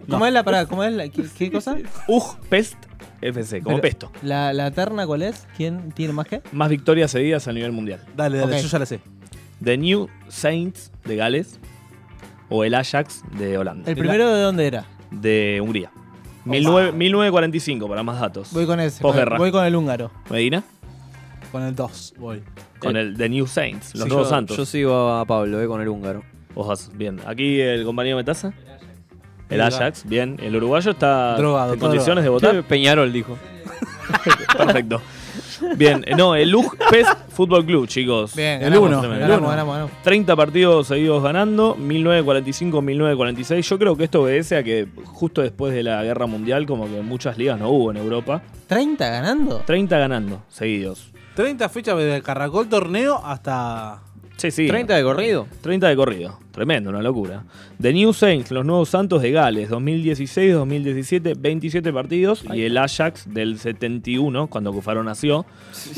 Speaker 14: ¿Cómo es la parada? ¿Cómo es la qué, qué cosa?
Speaker 15: UG Pest FC, como
Speaker 14: Pero,
Speaker 15: pesto.
Speaker 14: ¿La, ¿La terna cuál es? ¿Quién tiene más que?
Speaker 15: Más victorias seguidas a nivel mundial.
Speaker 12: Dale, dale,
Speaker 14: Ok.
Speaker 12: yo ya la sé.
Speaker 15: The New Saints de Gales o el Ajax de Holanda.
Speaker 14: ¿El primero de dónde era?
Speaker 15: De Hungría. 19- 1945, para más datos.
Speaker 14: Voy con ese.
Speaker 15: Posguerra.
Speaker 14: Voy con el húngaro. Eh,
Speaker 15: Medina,
Speaker 14: Con el 2. Voy.
Speaker 15: con el The New Saints, los
Speaker 13: Sí,
Speaker 15: nuevos
Speaker 13: yo-
Speaker 15: santos.
Speaker 13: Yo sigo a Pablo, eh, con el húngaro.
Speaker 15: Ojas, bien. Aquí el compañero Metaza. El
Speaker 13: El
Speaker 15: Ajax, bien. El uruguayo está
Speaker 13: Drogado,
Speaker 15: en
Speaker 13: está
Speaker 15: condiciones de
Speaker 13: drogado.
Speaker 15: votar.
Speaker 13: Sí, Peñarol dijo.
Speaker 15: Perfecto. Bien, eh, no, el Lug PES Fútbol Club, chicos.
Speaker 14: Bien,
Speaker 15: El
Speaker 14: ganamos,
Speaker 15: uno,
Speaker 14: tremendo.
Speaker 15: el
Speaker 14: Ganamos,
Speaker 15: uno.
Speaker 14: ganamos, ganamos.
Speaker 15: 30 partidos seguidos ganando, 1945-1946. Yo creo que esto obedece a que justo después de la Guerra Mundial, como que muchas ligas no hubo en Europa.
Speaker 14: ¿30 ganando?
Speaker 15: 30 ganando, seguidos.
Speaker 12: 30 fechas desde el Caracol Torneo hasta.
Speaker 15: Sí, sí. 30 de corrido. Tremendo, una locura. The New Saints, los nuevos Santos de Gales, 2016-2017, 27 partidos. Y el Ajax del 71, cuando Cufaro nació,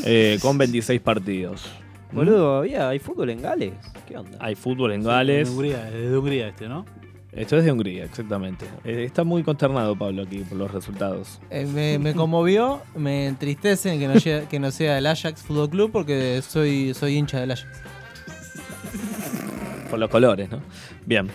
Speaker 15: eh, con 26 partidos.
Speaker 13: Boludo, había, hay fútbol en Gales. ¿Qué onda?
Speaker 15: Hay fútbol en Gales.
Speaker 12: De Hungría, es de Hungría este, ¿no?
Speaker 15: Esto es de Hungría, exactamente. Eh, Está muy consternado Pablo aquí por los resultados.
Speaker 14: Eh, me, me conmovió, me entristece que no, llegue- que no sea el Ajax Fútbol Club porque soy, soy hincha del Ajax.
Speaker 15: Por los colores, ¿no? Bien.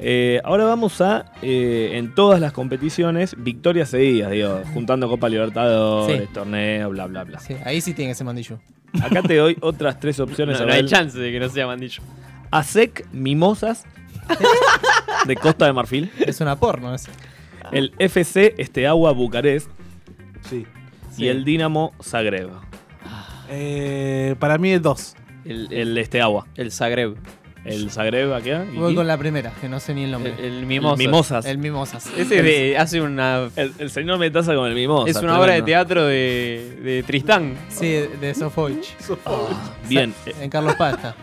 Speaker 15: Eh, ahora vamos a, eh, en todas las competiciones, victorias seguidas, digo, juntando Copa Libertadores,
Speaker 14: Sí.
Speaker 15: torneo, bla, bla, bla.
Speaker 14: Sí, ahí sí tiene que ser Mandillo.
Speaker 15: Acá te doy otras tres opciones.
Speaker 13: No, no hay
Speaker 15: Abel.
Speaker 13: chance de que no sea Mandillo.
Speaker 15: ASEC Mimosas de Costa de Marfil.
Speaker 14: Es una porno esa.
Speaker 15: El FC Esteagua Bucarest.
Speaker 12: Sí.
Speaker 15: Y el Dinamo Zagreb.
Speaker 12: Eh, para mí es 2.
Speaker 15: El, el Esteagua. El Zagreb. El Zagreb acá. y-
Speaker 14: Voy con la primera, que no sé ni el nombre.
Speaker 13: El- el Mimosas.
Speaker 15: Mimosas.
Speaker 14: El Mimosas.
Speaker 13: Ese es de- hace una.
Speaker 15: El, el señor Metaza con el Mimosas.
Speaker 13: es una obra de
Speaker 15: tremendo.
Speaker 13: teatro de, de Tristán.
Speaker 14: Sí, de Sofoich.
Speaker 15: Bien.
Speaker 14: En Carlos Pasta.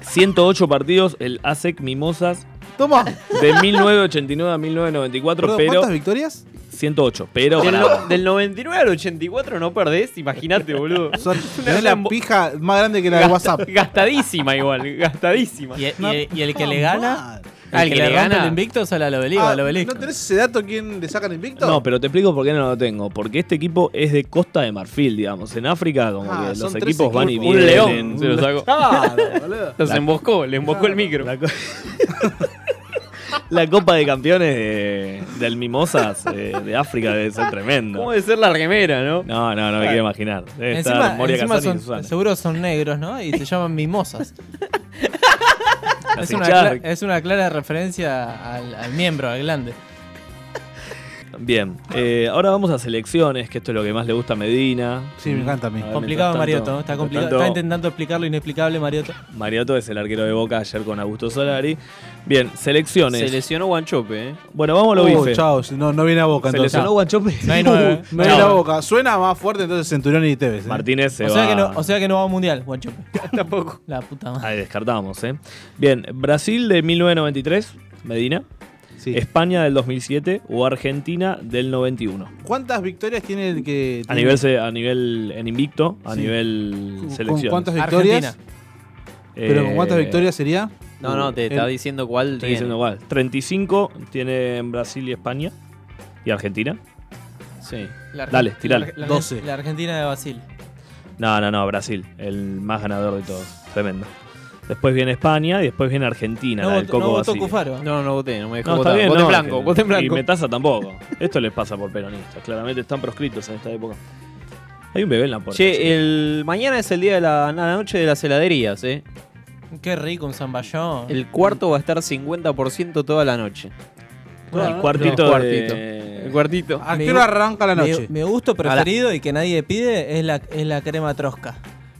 Speaker 15: 108 partidos, el ASEC Mimosas.
Speaker 14: Toma.
Speaker 15: De 1989 a 1994,
Speaker 12: Perdón,
Speaker 15: pero.
Speaker 12: ¿Cuántas victorias?
Speaker 15: 108, pero.
Speaker 13: Del,
Speaker 15: pará.
Speaker 13: no- del 99 al 84 no perdés, imagínate, boludo.
Speaker 12: Son-
Speaker 13: Una
Speaker 12: tenés la
Speaker 13: gran bo-
Speaker 12: pija más grande que la de
Speaker 13: Gasta-
Speaker 12: WhatsApp.
Speaker 13: Gastadísima igual, gastadísima.
Speaker 14: Y, el que le gana.
Speaker 13: Ah, el que le
Speaker 14: rompe el
Speaker 13: gana.
Speaker 14: invicto es a la Lobeliga.
Speaker 12: Ah,
Speaker 14: la Obelisco.
Speaker 12: ¿No tenés ese dato quién le sacan invicto?
Speaker 15: No, pero te explico por qué no lo tengo. Porque este equipo es de Costa de Marfil, digamos. En África, como
Speaker 12: Ah,
Speaker 15: que los
Speaker 12: son
Speaker 15: equipos
Speaker 12: tres
Speaker 15: van y
Speaker 13: equipos.
Speaker 15: vienen.
Speaker 13: Un león, se lo sacó.
Speaker 12: Claro, boludo.
Speaker 13: Los
Speaker 15: La-
Speaker 13: emboscó, le emboscó el micro.
Speaker 15: La Copa de Campeones de- del Mimosas eh, de África debe ser tremendo.
Speaker 13: ¿Cómo debe ser la remera, no?
Speaker 15: No, no, no me quiero imaginar. Debe
Speaker 14: Encima,
Speaker 15: estar Moria
Speaker 14: encima
Speaker 15: Casani y
Speaker 14: son,
Speaker 15: Susana.
Speaker 14: seguro son negros, ¿no? Y se llaman mimosas. es,
Speaker 15: Las
Speaker 14: una
Speaker 15: hinchadas.
Speaker 14: cla- es una clara referencia al, al miembro, al glande.
Speaker 15: Bien, eh, ahora vamos a selecciones, que esto es lo que más le gusta a Medina.
Speaker 12: Sí, me encanta a mí.
Speaker 15: ver,
Speaker 14: complicado
Speaker 15: mientras
Speaker 14: Mariotto,
Speaker 15: tanto-
Speaker 14: ¿no? está
Speaker 15: mientras
Speaker 14: complicado.
Speaker 15: tanto,
Speaker 14: Está intentando explicar lo inexplicable Mariotto.
Speaker 15: Mariotto es el arquero de Boca ayer con Augusto Solari. Bien, selecciones.
Speaker 13: Se lesionó Guanchope, eh.
Speaker 15: bueno, vamos a lo
Speaker 12: Uh,
Speaker 15: bife.
Speaker 12: chao, no, no viene a boca
Speaker 15: Se
Speaker 12: entonces.
Speaker 15: lesionó Guanchope.
Speaker 14: No hay nueve.
Speaker 12: No viene a boca. Suena más fuerte entonces Centurión y Tevez. ¿eh?
Speaker 15: Martínez se
Speaker 14: O sea,
Speaker 15: va.
Speaker 14: que no, o sea que no va a un mundial, Guanchope.
Speaker 13: Tampoco.
Speaker 14: La puta madre.
Speaker 15: Ahí descartamos, ¿eh? Bien, Brasil de 1993, Medina. España del 2007 o Argentina del 91.
Speaker 12: ¿Cuántas victorias tiene el que.?
Speaker 15: A
Speaker 12: tiene-
Speaker 15: nivel, se- a nivel en invicto, a
Speaker 12: Sí.
Speaker 15: nivel
Speaker 12: ¿Con
Speaker 15: selección.
Speaker 12: cuántas victorias? ¿Pero con cuántas victorias sería?
Speaker 13: No, no, te está
Speaker 15: El-
Speaker 13: diciendo cuál
Speaker 15: Estoy
Speaker 13: tiene.
Speaker 15: diciendo cuál. 35 tiene en Brasil y España. ¿Y Argentina? Sí.
Speaker 14: La Argen-
Speaker 15: Dale, tirale.
Speaker 14: la- la- La Argentina de Basil.
Speaker 15: No, no, no, Brasil. El más ganador de todos. Tremendo. Después viene España y después viene Argentina,
Speaker 14: No
Speaker 15: la del
Speaker 14: votó,
Speaker 15: Coco
Speaker 14: no votó
Speaker 15: Basile.
Speaker 14: Cufaro.
Speaker 13: No, no voté, no me dejó
Speaker 15: No, está
Speaker 13: votar.
Speaker 15: bien,
Speaker 13: voté
Speaker 15: no,
Speaker 13: blanco,
Speaker 15: que-
Speaker 13: voté blanco.
Speaker 15: Y Metaza tampoco. Esto les pasa por peronistas. Claramente están proscritos en esta época. Hay un bebé en la puerta.
Speaker 13: Che, el, mañana es el día de la, la noche de las heladerías, eh.
Speaker 14: Qué rico un zamballón.
Speaker 13: El cuarto va a estar 50% toda la noche.
Speaker 14: Ah,
Speaker 15: el cuartito
Speaker 13: El
Speaker 15: de-
Speaker 13: cuartito. El cuartito.
Speaker 12: ¿A
Speaker 14: Mi
Speaker 12: qué hora arranca la
Speaker 14: mi-
Speaker 12: noche?
Speaker 14: Mi, gusto preferido y que nadie pide es la, es la crema trosca.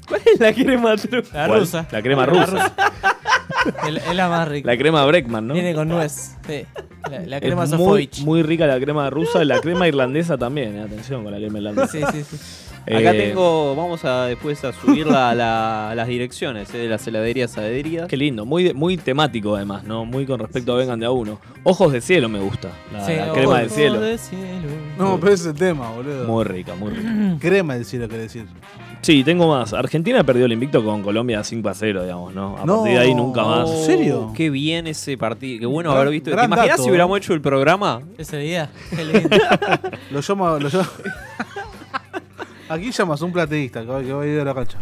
Speaker 14: ¿Cuál es la crema trosca? La
Speaker 15: ¿Cuál?
Speaker 14: rusa.
Speaker 15: La crema rusa.
Speaker 14: rusa. El- es la más rica.
Speaker 15: La crema Breckman, ¿no?
Speaker 14: Viene con nuez. Sí. La, la
Speaker 15: Es
Speaker 14: crema
Speaker 15: muy,
Speaker 14: Sofovich.
Speaker 15: muy rica la crema rusa y la crema irlandesa también. eh, Atención con la crema irlandesa.
Speaker 14: Sí, sí, sí.
Speaker 13: Acá
Speaker 15: Eh,
Speaker 13: tengo, vamos a después a subir la, la- las direcciones eh, de las heladerías adheridas.
Speaker 15: Qué lindo, muy, de- muy temático además, ¿no? Muy con respecto a Vengan de a uno. Ojos de cielo me gusta, la,
Speaker 12: Sí,
Speaker 15: la
Speaker 12: ojos
Speaker 15: crema del cielo.
Speaker 14: de cielo.
Speaker 12: No, pero ese es el tema, boludo.
Speaker 15: Muy rica, muy rica.
Speaker 12: Crema del cielo, querés decir.
Speaker 15: Sí, tengo más. Argentina perdió el invicto con Colombia 5 a 0, digamos, ¿no? A partir de ahí nunca más.
Speaker 13: Oh, Qué bien ese partido. Qué bueno
Speaker 15: Gran-
Speaker 13: haber visto. ¿Te
Speaker 15: gran
Speaker 13: imaginas
Speaker 15: dato,
Speaker 13: si hubiéramos hecho el programa?
Speaker 14: Ese día.
Speaker 12: ¿eh? Lo llamo. Lo llamo. Aquí llamas un plateísta que va que va a ir a la cancha.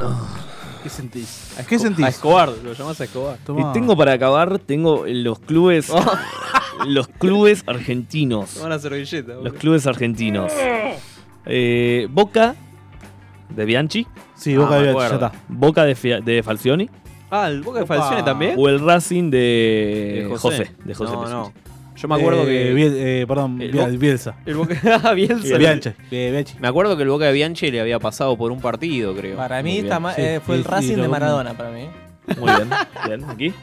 Speaker 12: ¿Qué sentís? ¿Qué sentís?
Speaker 15: A Escobar, lo llamás a Escobar.
Speaker 12: Tomá.
Speaker 15: Y tengo para acabar, tengo los clubes. los clubes argentinos.
Speaker 13: Toma Oh. la servilleta,
Speaker 15: Los
Speaker 13: boludo.
Speaker 15: clubes argentinos. Eh, Boca de Bianchi.
Speaker 12: Sí, Boca de
Speaker 15: me
Speaker 12: Bianchi, ya
Speaker 15: acuerdo.
Speaker 12: está.
Speaker 15: Boca de, Fia- de Falcioni.
Speaker 13: Ah, el Boca de Falcione también.
Speaker 15: O el Racing de,
Speaker 13: De Eh, José.
Speaker 15: Eh, José. De José
Speaker 13: No,
Speaker 15: Pesutti.
Speaker 13: no. Yo me acuerdo
Speaker 12: Eh,
Speaker 13: que.
Speaker 12: Biel- eh, perdón,
Speaker 13: El
Speaker 12: Biel-
Speaker 13: Bo-
Speaker 12: Bielsa.
Speaker 13: El Boca Ah, Bielsa.
Speaker 12: Bianchi,
Speaker 13: Me acuerdo que el Boca de Bianchi le había pasado por un partido, creo.
Speaker 14: Para mí
Speaker 13: Muy
Speaker 14: está
Speaker 13: bien.
Speaker 14: ma- eh, fue el Racing de Maradona, para mí.
Speaker 15: Muy bien. bien. Aquí.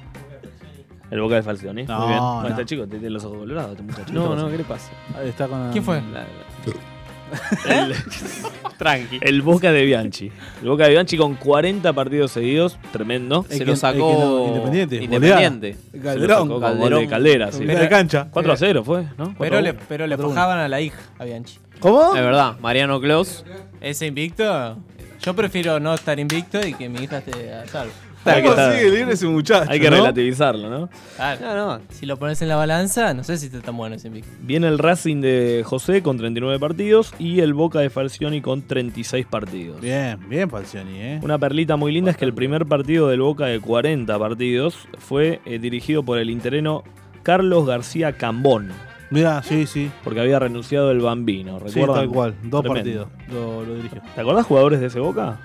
Speaker 15: El Boca de Falcioni.
Speaker 14: No,
Speaker 15: Muy bien.
Speaker 14: no.
Speaker 15: Ahí está, chico. Tiene los ojos colorados. este muchacho.
Speaker 14: No, no,
Speaker 15: pasa?
Speaker 14: ¿qué le pasa?
Speaker 12: Ahí Está con
Speaker 14: ¿Quién fue?
Speaker 15: El,
Speaker 13: ¿Eh? Tranqui.
Speaker 15: El Boca de Bianchi. El Boca de Bianchi con 40 partidos seguidos. Tremendo.
Speaker 13: Se lo sacó
Speaker 12: Independiente,
Speaker 13: Independiente.
Speaker 12: goleada.
Speaker 15: Se lo sacó
Speaker 12: Calderón.
Speaker 15: con gol de Caldera, sí.
Speaker 12: Gol de cancha.
Speaker 15: 4 a 0 fue, ¿no?
Speaker 14: Pero
Speaker 15: 4 a
Speaker 14: le,
Speaker 15: 1.
Speaker 14: pero le forjaban Eh, a la hija, a Bianchi.
Speaker 12: ¿Cómo?
Speaker 13: Es verdad, Mariano Klaus.
Speaker 14: ¿Ese invicto? Yo prefiero no estar invicto y que mi hija esté a salvo.
Speaker 15: Hay que estar- Hay que
Speaker 14: ¿no?
Speaker 15: relativizarlo, ¿no?
Speaker 14: Claro. Si lo pones en la balanza, no sé si está tan bueno ese invicto.
Speaker 15: Viene el Racing de José con 39 partidos y el Boca de Falcioni con 36 partidos.
Speaker 12: Bien, bien Falcioni, ¿eh?
Speaker 15: Una perlita muy linda es que el primer partido del Boca de 40 partidos fue eh, dirigido por el intereno Carlos García Cambón.
Speaker 12: Mira, sí, sí.
Speaker 15: Porque había renunciado el Bambino,
Speaker 12: Sí,
Speaker 15: ¿recuerdan?
Speaker 12: tal cual. Dos
Speaker 15: Tremendo.
Speaker 12: partidos. Lo, lo dirigió.
Speaker 15: ¿Te acordás jugadores de ese Boca?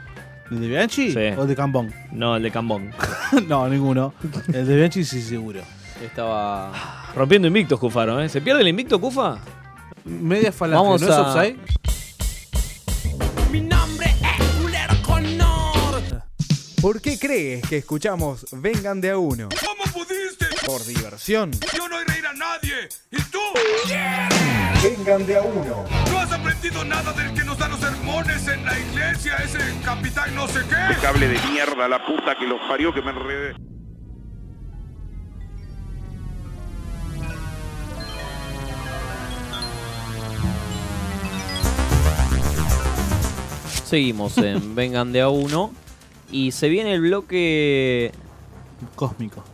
Speaker 12: ¿El de Bianchi
Speaker 15: Sí.
Speaker 12: o el de Campón?
Speaker 15: No, el de Cambón.
Speaker 12: no, ninguno. El de Bianchi sí, seguro.
Speaker 13: Estaba.
Speaker 15: Rompiendo invictos, Cufaro, ¿eh? ¿Se pierde el invicto, Cufa?
Speaker 12: Media falange,
Speaker 15: Vamos
Speaker 12: ¿no es
Speaker 15: a-
Speaker 12: offside?
Speaker 1: Mi nombre es Culero Connor. ¿Por qué crees que escuchamos Vengan de a uno? ¿Cómo pudiste? Por diversión. Yo no iré a nadie. ¿Y tú? Vengan de a uno. ¿No has aprendido nada del que nos da los sermones en la iglesia? Ese capitán no sé qué.
Speaker 7: Este cable de mierda, la puta que los parió que me enredé.
Speaker 13: Seguimos en Vengan de a uno. Y se viene el bloque.
Speaker 12: Cósmico.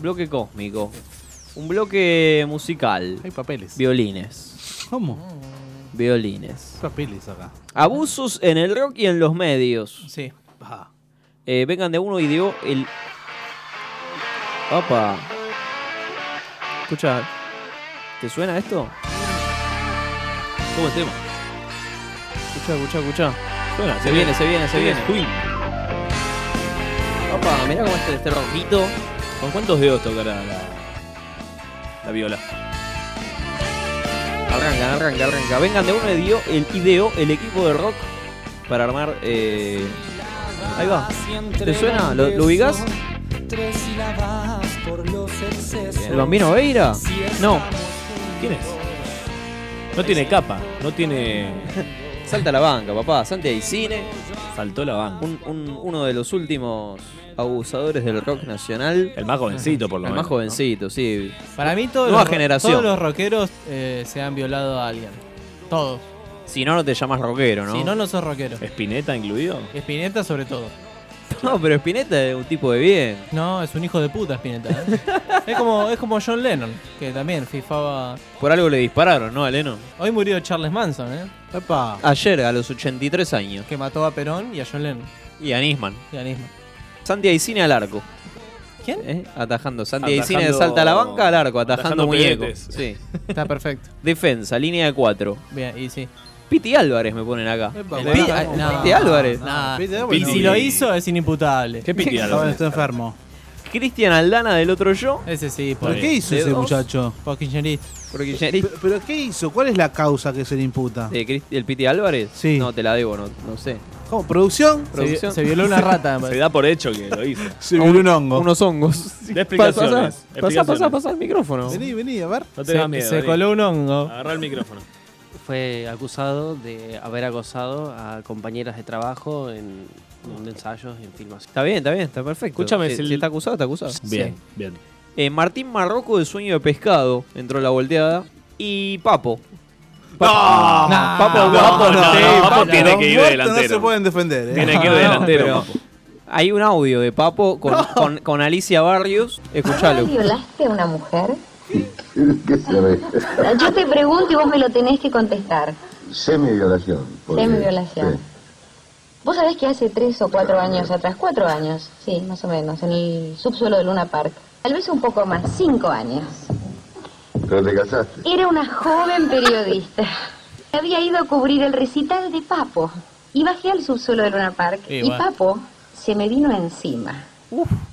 Speaker 13: Bloque cósmico. Un bloque musical.
Speaker 12: Hay papeles.
Speaker 13: Violines.
Speaker 12: ¿Cómo?
Speaker 13: Violines.
Speaker 12: Papeles
Speaker 13: Ah.
Speaker 12: acá.
Speaker 13: Abusos en el rock y en los medios.
Speaker 14: Sí.
Speaker 13: Eh, vengan de uno y dio el. Opa. Escucha. ¿Te suena esto? ¿Cómo el tema? Escucha, escucha, escucha.
Speaker 15: Suena,
Speaker 13: se viene, se viene, se viene. Opa, mirá cómo está este roquito.
Speaker 15: ¿Con cuántos dedos tocará la, la viola?
Speaker 13: Arranca, arranca, arranca. Vengan de uno y dio el ideó el equipo de rock para armar. eh, Ahí va. ¿Te suena? ¿Lo, lo ubicás?
Speaker 1: Tres sílabas por los excesos.
Speaker 13: ¿El bambino Veira? No.
Speaker 15: ¿Quién es? No tiene capa, no tiene.
Speaker 13: Salta la banca, papá. Santi y cine.
Speaker 15: Saltó la banca.
Speaker 13: uno de los últimos abusadores del rock nacional.
Speaker 15: El más jovencito, por lo
Speaker 13: el
Speaker 15: menos,
Speaker 13: más jovencito, sí.
Speaker 14: Para mí todos,
Speaker 13: Nueva
Speaker 14: los, ro-
Speaker 13: generación.
Speaker 14: todos los rockeros eh, se han violado a alguien. Todos.
Speaker 13: Si no, no te llamas rockero, ¿no?
Speaker 14: Si no, no sos rockero.
Speaker 15: ¿Espineta incluido?
Speaker 14: Espineta sobre todo.
Speaker 13: No, pero Spinetta es un tipo de bien.
Speaker 14: No, es un hijo de puta Spinetta. ¿eh? es, como, es como John Lennon, que también fifaba...
Speaker 13: Por algo le dispararon, ¿no, Aleno?
Speaker 14: Hoy murió Charles Manson, ¿eh? Epa.
Speaker 13: Ayer, a los 83 años.
Speaker 14: Que mató a Perón y a John Lennon.
Speaker 13: Y a Nisman.
Speaker 14: Y a Nisman.
Speaker 13: Santi Aicine al arco. ¿Quién? Atajando. Santi Aicine de
Speaker 14: Atajando-
Speaker 13: salta a la banca al arco, atajando,
Speaker 14: atajando
Speaker 13: muñecos.
Speaker 14: pelotes.
Speaker 13: Sí.
Speaker 14: Está perfecto.
Speaker 13: Defensa, línea de 4.
Speaker 14: Bien, y sí.
Speaker 13: Piti Álvarez me ponen acá. El Piti, ah, Piti Álvarez.
Speaker 12: Ah,
Speaker 14: Nah.
Speaker 13: Piti
Speaker 14: Y
Speaker 13: Álvarez.
Speaker 14: si lo hizo es inimputable. ¿Qué
Speaker 13: Piti Álvarez?
Speaker 12: Está enfermo.
Speaker 13: Cristian Aldana del otro yo.
Speaker 14: Ese sí.
Speaker 12: ¿Pero qué hizo ese muchacho?
Speaker 14: Por kirchnerista.
Speaker 13: Por
Speaker 12: ¿Pero, pero qué hizo? ¿Cuál es la causa que se le imputa?
Speaker 13: Eh, Cristi- ¿El Piti Álvarez? Sí. No, te la debo, no, no sé.
Speaker 12: ¿Cómo? ¿Producción?
Speaker 13: Producción.
Speaker 15: Se da por hecho que lo hizo.
Speaker 12: Se violó un hongo.
Speaker 13: Unos hongos.
Speaker 15: Da explicaciones.
Speaker 13: Pasá, pasá, pasá, pasá el micrófono.
Speaker 12: Vení, vení, a ver.
Speaker 15: No te hagas miedo. vení. Agarrá el micrófono.
Speaker 22: Fue acusado de haber acosado a compañeras de trabajo en, en ensayos, en filmación.
Speaker 13: Está bien, está bien, está perfecto.
Speaker 22: Escúchame,
Speaker 13: si,
Speaker 22: es el-
Speaker 13: si está acusado, está acusado.
Speaker 22: Bien,
Speaker 15: bien.
Speaker 13: Eh, Martín Marroco de Sueño de Pescado entró a la volteada. Y Papo.
Speaker 12: No,
Speaker 13: Papo,
Speaker 12: no,
Speaker 13: Papo,
Speaker 12: no,
Speaker 13: sí,
Speaker 12: no,
Speaker 13: Papo
Speaker 12: Papo
Speaker 13: tiene que ir de
Speaker 12: Los muertos
Speaker 13: delantero.
Speaker 12: No se pueden defender, ¿eh?
Speaker 13: Tiene que ir de delantero, Papo. Hay un audio de Papo con, con- con Alicia Barrios. Escuchalo.
Speaker 23: violaste a una mujer?
Speaker 24: ¿Qué se ve?
Speaker 23: Yo te pregunto y vos me lo tenés que contestar.
Speaker 24: Semi-violación. porque-
Speaker 23: Semi-violación.
Speaker 24: sí.
Speaker 23: Vos sabés que hace tres o cuatro años atrás, cuatro años, sí, más o menos, en el subsuelo de Luna Park, tal vez un poco más, cinco años,
Speaker 24: Pero te casaste.
Speaker 23: Era una joven periodista. Había ido a cubrir el recital de Papo. Y bajé al subsuelo de Luna Park.
Speaker 24: Y
Speaker 23: Y,
Speaker 24: bueno.
Speaker 23: Papo se me vino encima.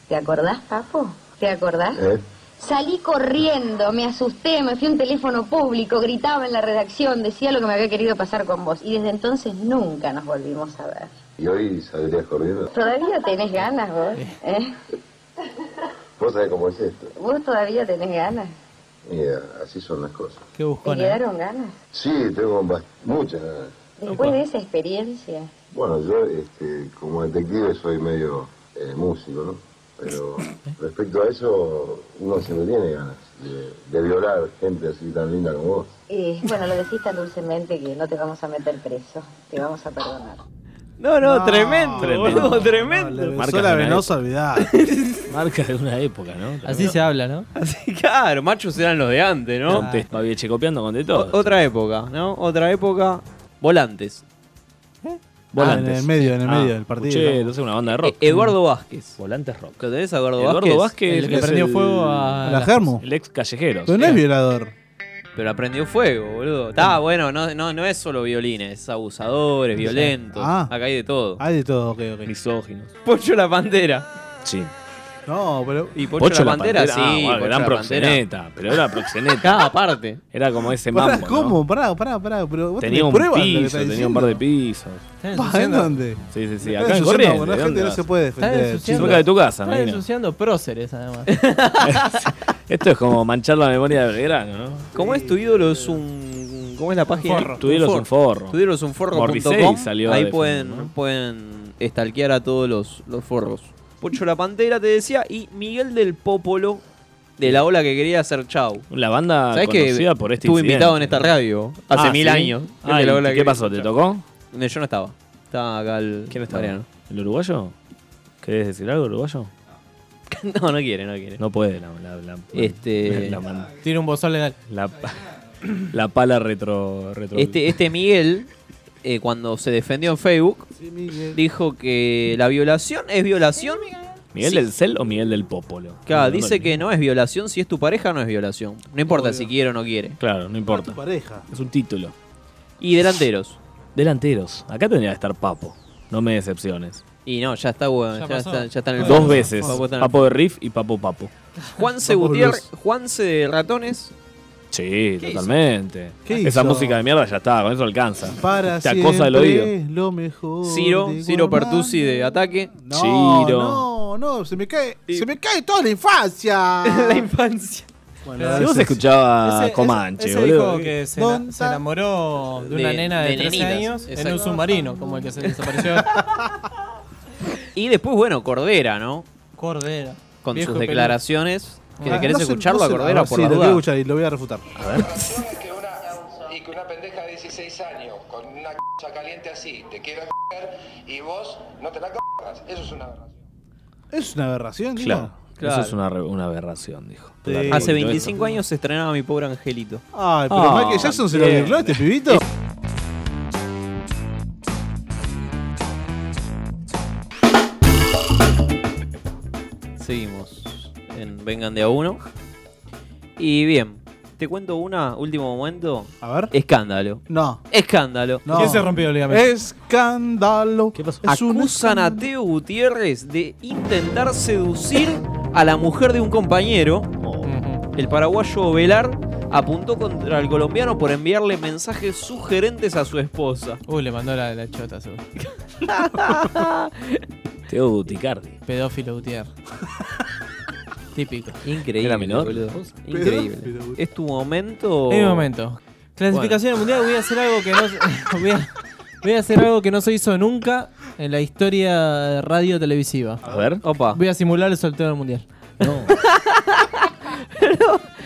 Speaker 23: ¿Te acordás, Papo? ¿Te acordás?
Speaker 24: ¿Eh?
Speaker 23: Salí corriendo, me asusté, me fui a un teléfono público, gritaba en la redacción, decía lo que me había querido pasar con vos. Y desde entonces nunca nos volvimos a ver.
Speaker 24: ¿Y hoy saldrías corriendo?
Speaker 23: ¿Todavía tenés ganas vos? ¿Eh?
Speaker 24: Vos sabés cómo es esto.
Speaker 23: ¿Vos todavía tenés ganas?
Speaker 24: Mira, así son las cosas.
Speaker 14: ¿Qué
Speaker 23: ¿Te quedaron ganas?
Speaker 24: Sí, tengo bast- muchas ganas.
Speaker 23: Después de esa experiencia.
Speaker 24: Bueno, yo este, como detective soy medio eh, músico, ¿no? Pero respecto a eso, uno siempre tiene ganas de, de violar gente así tan linda como vos.
Speaker 23: Eh, bueno, lo decís tan dulcemente que no te vamos a meter preso, te vamos a perdonar.
Speaker 13: No, no, tremendo, boludo, tremendo.
Speaker 12: Marca la venosa, olvidá.
Speaker 15: Marca de una época, ¿no?
Speaker 14: Así se habla, ¿no?
Speaker 13: Así, claro, machos eran los de antes, ¿no?
Speaker 15: Antes, había checopeando con de
Speaker 13: O-
Speaker 15: todo.
Speaker 13: otra época, ¿no? Otra época. Volantes. ¿Eh?
Speaker 15: Volantes.
Speaker 12: Ah, en el medio, en el medio del partido,
Speaker 15: Che,
Speaker 12: ¿no?
Speaker 15: entonces una banda de rock.
Speaker 13: Eh, Eduardo Vázquez.
Speaker 15: Volantes rock.
Speaker 13: ¿Lo tenés a Eduardo Vázquez?
Speaker 15: Eduardo Vázquez.
Speaker 13: El que
Speaker 15: es
Speaker 13: prendió fuego a
Speaker 12: ¿A la Germu?
Speaker 15: El ex callejero.
Speaker 12: Pero no es violador.
Speaker 13: Pero aprendió fuego, boludo. Está bueno, no, no, no es solo violines, es abusadores, violentos.
Speaker 12: Ah.
Speaker 13: Acá hay de todo.
Speaker 12: Hay de todo, ok, ok.
Speaker 15: Misóginos.
Speaker 13: Pocho la Pantera.
Speaker 15: Sí.
Speaker 12: No, pero.
Speaker 13: Y Pocho, la, Pantera,
Speaker 15: Ah,
Speaker 13: sí.
Speaker 15: bueno,
Speaker 13: Pocho
Speaker 15: gran
Speaker 13: la Pantera.
Speaker 15: proxeneta. Pero era proxeneta.
Speaker 13: Cada parte.
Speaker 15: Era como ese
Speaker 12: Pará,
Speaker 15: mambo. ¿no?
Speaker 12: ¿cómo? Pará, pará, pará. Pero vos
Speaker 15: Tenía
Speaker 12: tenés
Speaker 15: un
Speaker 12: pruebas de lo que
Speaker 15: piso,
Speaker 12: estás
Speaker 15: tenía un
Speaker 12: diciendo.
Speaker 15: par de pisos.
Speaker 12: Pa, ¿En dónde?
Speaker 15: Sí, sí, sí.
Speaker 12: Está
Speaker 15: Acá en
Speaker 12: ensuciando,
Speaker 15: Corrientes.
Speaker 12: porque la gente
Speaker 15: ¿de dónde
Speaker 12: no
Speaker 15: vas?
Speaker 12: se puede
Speaker 14: Está
Speaker 12: defender.
Speaker 14: ensuciando,
Speaker 15: Cerca de tu casa,
Speaker 14: está
Speaker 15: imagino.
Speaker 14: ensuciando próceres, además.
Speaker 15: Esto es como manchar la memoria de Belgrano, ¿no?
Speaker 13: ¿Cómo es tu ídolo? Es un. ¿Cómo es la página?
Speaker 15: forro. Tu ídolo es un forro.
Speaker 13: Tu ídolo es un forro.
Speaker 15: Morrissey
Speaker 13: punto com.
Speaker 15: salió
Speaker 13: Ahí
Speaker 15: de
Speaker 13: pueden, pueden estalquear a todos los, los forros. Pocho la Pantera, te decía, y Miguel del Popolo, de la ola que quería hacer Chau.
Speaker 15: La banda
Speaker 13: ¿Sabés que
Speaker 15: conocida por este
Speaker 13: estuvo
Speaker 15: incidente.
Speaker 13: invitado en esta radio hace
Speaker 15: Ah,
Speaker 13: mil
Speaker 15: ¿sí?
Speaker 13: años?
Speaker 15: Ah,
Speaker 13: De la
Speaker 15: ¿y
Speaker 13: ola que
Speaker 15: ¿Qué
Speaker 13: quería
Speaker 15: pasó?
Speaker 13: hacer
Speaker 15: ¿Te
Speaker 13: Chau.
Speaker 15: tocó?
Speaker 13: No, yo no estaba. Estaba acá el. ¿Quién estaba? Mariano.
Speaker 15: ¿El uruguayo? ¿Querés decir algo, uruguayo?
Speaker 13: No, no quiere, no quiere.
Speaker 15: No puede la, la, la-
Speaker 13: Este-
Speaker 15: la man-
Speaker 14: Tiene un bozal legal.
Speaker 15: la pa- la pala retro, retro.
Speaker 13: Este, este Miguel, eh, cuando se defendió en Facebook, dijo que la violación es violación.
Speaker 15: ¿Miguel
Speaker 13: Sí.
Speaker 15: del Cel o Miguel del Popolo?
Speaker 13: Claro,
Speaker 15: No, no,
Speaker 13: dice
Speaker 15: no.
Speaker 13: que no es violación, si es tu pareja no es violación. No importa
Speaker 15: Obvio.
Speaker 13: si quiere o no quiere.
Speaker 15: Claro, no importa.
Speaker 12: Pareja.
Speaker 15: Es un título.
Speaker 13: Y delanteros.
Speaker 15: Delanteros. Acá tendría que estar Papo. No me decepciones.
Speaker 13: Y no, ya está bueno, ya,
Speaker 15: pasó.
Speaker 13: está, ya está en el
Speaker 15: Dos
Speaker 13: fondo.
Speaker 15: veces.
Speaker 13: Ah, Papo está en el
Speaker 15: Papo de Riff y Papo Papo.
Speaker 13: fondo. Juanse Gutiérrez, Juanse de Ratones.
Speaker 15: Sí, totalmente.
Speaker 12: ¿Qué
Speaker 15: Esa
Speaker 12: hizo?
Speaker 15: música de mierda ya está, con eso alcanza.
Speaker 12: Para
Speaker 15: Te acosa el
Speaker 12: siempre
Speaker 15: oído.
Speaker 12: es lo mejor.
Speaker 13: Ciro,
Speaker 12: de
Speaker 13: Ciro
Speaker 12: Guarmán.
Speaker 13: Pertusi de Ataque.
Speaker 12: No,
Speaker 15: Ciro.
Speaker 12: no, no, se me cae, se me cae toda la infancia.
Speaker 13: la infancia.
Speaker 12: Bueno,
Speaker 15: Si vos
Speaker 12: ese-
Speaker 15: escuchabas
Speaker 14: Ese-
Speaker 15: Comanche,
Speaker 14: ese
Speaker 15: boludo.
Speaker 14: dijo que se,
Speaker 12: ¿Dónde
Speaker 14: na- se enamoró de una
Speaker 13: De-
Speaker 14: nena de,
Speaker 13: de
Speaker 14: 13
Speaker 13: nenitas,
Speaker 14: años en
Speaker 13: exacto.
Speaker 14: un submarino, como el que se desapareció.
Speaker 13: Y después, bueno, Cordera, ¿no?
Speaker 14: Cordera.
Speaker 13: Con
Speaker 14: Viejo
Speaker 13: sus
Speaker 14: peludo.
Speaker 13: declaraciones. Que
Speaker 12: Ah,
Speaker 13: querés
Speaker 12: no sé-
Speaker 13: escucharlo
Speaker 12: no
Speaker 13: a
Speaker 12: sé-
Speaker 13: Cordera
Speaker 12: ah,
Speaker 13: por
Speaker 12: sí,
Speaker 13: la
Speaker 12: lo voy a
Speaker 13: duda.
Speaker 12: escuchar y lo voy a refutar.
Speaker 15: A ver.
Speaker 2: y que una pendeja de 16 años con una c***a caliente así te quiera c***ar y vos no te la c***as. Eso es una verdad.
Speaker 12: Es una aberración, digo.
Speaker 15: Claro.
Speaker 13: Claro.
Speaker 15: Eso es una, re- una aberración, dijo.
Speaker 12: Sí.
Speaker 15: Totalmente.
Speaker 13: Hace
Speaker 15: Todo
Speaker 13: 25 años se estrenaba mi pobre angelito.
Speaker 12: Ay, pero
Speaker 15: Ah,
Speaker 12: Michael Jackson se lo
Speaker 15: bien.
Speaker 12: violó a este pibito.
Speaker 13: Seguimos en Vengan de a uno. Y bien, te cuento una, último momento.
Speaker 12: A ver.
Speaker 13: Escándalo.
Speaker 12: No.
Speaker 13: Escándalo.
Speaker 12: No. Escándalo. ¿Qué pasó?
Speaker 13: Acusan a Teo Gutiérrez de intentar seducir a la mujer de un compañero. El paraguayo Velar apuntó contra el colombiano por enviarle mensajes sugerentes a su esposa.
Speaker 14: Uy, le mandó la de la chota, seguro.
Speaker 15: Teo Buticardi.
Speaker 14: Pedófilo Gutiérrez. Típico.
Speaker 13: Increíble.
Speaker 15: ¿Era menor?
Speaker 13: boludo.
Speaker 14: Pedófilo.
Speaker 13: Increíble. Es tu momento.
Speaker 14: Es mi momento. Clasificación al mundial, voy a hacer algo que no se- voy, a, voy a hacer algo que no se hizo nunca en la historia radio televisiva.
Speaker 15: A ver.
Speaker 13: Opa.
Speaker 14: Voy a simular el sorteo del mundial. No.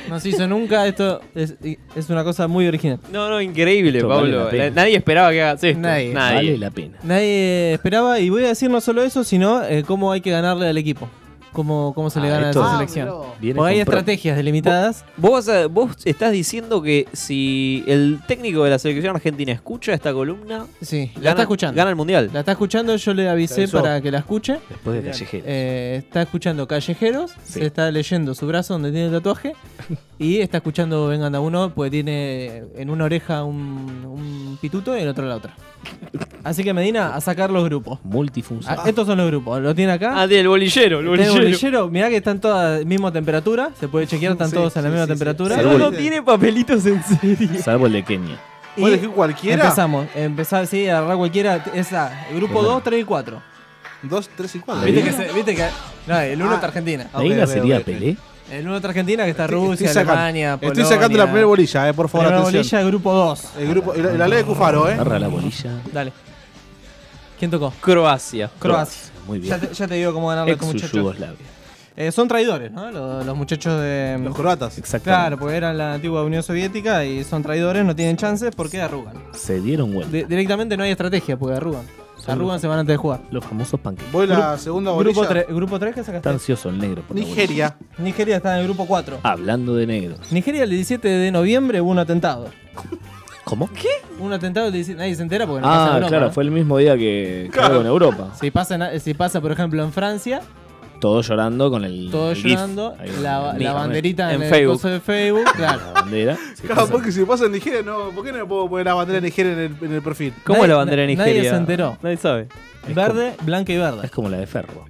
Speaker 14: no se hizo nunca, esto es, es una cosa muy original.
Speaker 13: No, no, increíble,
Speaker 15: Esto vale
Speaker 13: Pablo.
Speaker 15: la pena.
Speaker 13: La- Nadie esperaba que hagas esto.
Speaker 14: Nadie.
Speaker 13: Nadie.
Speaker 15: Vale la pena.
Speaker 14: Nadie esperaba, y voy a decir no solo eso, sino eh, cómo hay que ganarle al equipo. cómo, cómo se le
Speaker 13: Ah,
Speaker 14: gana a
Speaker 13: esto
Speaker 14: esa
Speaker 13: viene
Speaker 14: selección.
Speaker 13: con
Speaker 14: Porque hay
Speaker 13: pro.
Speaker 14: estrategias delimitadas.
Speaker 13: Vos, vas a- vos estás diciendo que si el técnico de la selección argentina escucha esta columna,
Speaker 14: Sí, la
Speaker 13: gana-
Speaker 14: está escuchando.
Speaker 13: Gana el mundial.
Speaker 14: La está escuchando, yo le
Speaker 13: La
Speaker 14: avisé
Speaker 13: avisó.
Speaker 14: para que la escuche.
Speaker 13: Después de Callejeros.
Speaker 14: Eh, está escuchando Callejeros, se está leyendo su brazo donde tiene el tatuaje y está escuchando Vengan a uno, pues tiene en una oreja un, un pituto y en otra la otra. Así que Medina, a sacar los grupos.
Speaker 15: Multifuncional.
Speaker 14: Ah, estos son los grupos, lo tiene acá.
Speaker 13: Ah, tiene el bolillero, el
Speaker 14: Tiene
Speaker 13: bolillero.
Speaker 14: mirá que están todas misma temperatura, se puede chequear, están
Speaker 15: Sí,
Speaker 14: todos a la
Speaker 15: sí,
Speaker 14: misma
Speaker 15: sí, sí.
Speaker 14: temperatura.
Speaker 15: Salvo el- No, no
Speaker 13: tiene papelitos en serio.
Speaker 15: Salvo el de Kenia.
Speaker 14: ¿Puedes
Speaker 12: elegir cualquiera?
Speaker 14: Empezamos, empezar, sí, agarrar cualquiera. Esa, el grupo
Speaker 12: Perdón.
Speaker 14: 2, 3 y 4.
Speaker 12: 2, 3 y
Speaker 15: Ah,
Speaker 12: 4.
Speaker 14: Viste que, se- viste que- No, el 1
Speaker 12: Ah.
Speaker 14: está Argentina.
Speaker 12: Medina
Speaker 14: Ok, ok,
Speaker 12: sería
Speaker 14: ok.
Speaker 12: Pelé.
Speaker 14: El 1 está Argentina, que está
Speaker 12: Estoy-
Speaker 14: Rusia,
Speaker 12: estoy sacando-
Speaker 14: Alemania,
Speaker 12: Estoy sacando la primera bolilla, eh, por favor,
Speaker 14: Primera
Speaker 12: atención.
Speaker 14: bolilla, grupo 2.
Speaker 12: El grupo, la, la ley de Cufaro, eh.
Speaker 15: Agarra la bolilla.
Speaker 14: Dale. ¿Quién tocó?
Speaker 13: Croacia.
Speaker 14: Croacia.
Speaker 15: Muy bien.
Speaker 14: Ya te, ya te digo cómo ganarle a estos
Speaker 15: Ex
Speaker 14: muchachos.
Speaker 15: Yugoslavia.
Speaker 14: Eh, son traidores, ¿no? Los, los muchachos de. Los
Speaker 12: croatas.
Speaker 15: Exactamente.
Speaker 14: Claro, porque eran la antigua Unión Soviética y son traidores, no tienen chances porque arrugan.
Speaker 15: Se dieron vuelta.
Speaker 14: Di- directamente no hay estrategia porque arrugan.
Speaker 15: Son
Speaker 14: Arrugan,
Speaker 15: los-
Speaker 14: se van antes de jugar.
Speaker 15: Los famosos panqueques.
Speaker 12: Voy la
Speaker 14: Gru-
Speaker 12: segunda
Speaker 14: grupo
Speaker 12: bolilla.
Speaker 14: tre- ¿Grupo 3 que
Speaker 15: Está
Speaker 14: sacaste?
Speaker 15: ansioso el negro. por la
Speaker 12: Nigeria.
Speaker 14: Nigeria está en el grupo 4.
Speaker 15: bolilla. Hablando de negros.
Speaker 14: Nigeria el 17 de noviembre hubo un atentado.
Speaker 15: ¿Cómo?
Speaker 14: ¿Qué? Un atentado, el 17 nadie se entera porque no pasa en
Speaker 15: ah,
Speaker 14: Europa,
Speaker 15: claro,
Speaker 14: ¿no?
Speaker 15: fue el mismo día que que
Speaker 14: Claro.
Speaker 15: algo en Europa.
Speaker 14: Si pasa, en- si pasa, por ejemplo, en Francia,
Speaker 15: Todos llorando con el.
Speaker 14: todos
Speaker 15: el GIF.
Speaker 14: llorando,
Speaker 15: Ahí,
Speaker 14: la,
Speaker 15: el
Speaker 14: la
Speaker 15: GIF,
Speaker 14: banderita en,
Speaker 15: en
Speaker 14: el
Speaker 15: Facebook.
Speaker 14: coso de Facebook, claro.
Speaker 15: La bandera. Sí,
Speaker 12: Claro,
Speaker 15: pasa.
Speaker 12: porque si pasa en Nigeria, no, ¿por qué no le puedo poner la bandera de Nigeria en el, en el perfil?
Speaker 15: ¿Cómo es la bandera de
Speaker 14: na-
Speaker 15: Nigeria?
Speaker 14: nadie se enteró.
Speaker 15: Nadie sabe. Es
Speaker 14: Verde, blanca y verde.
Speaker 15: Es como la de Ferro.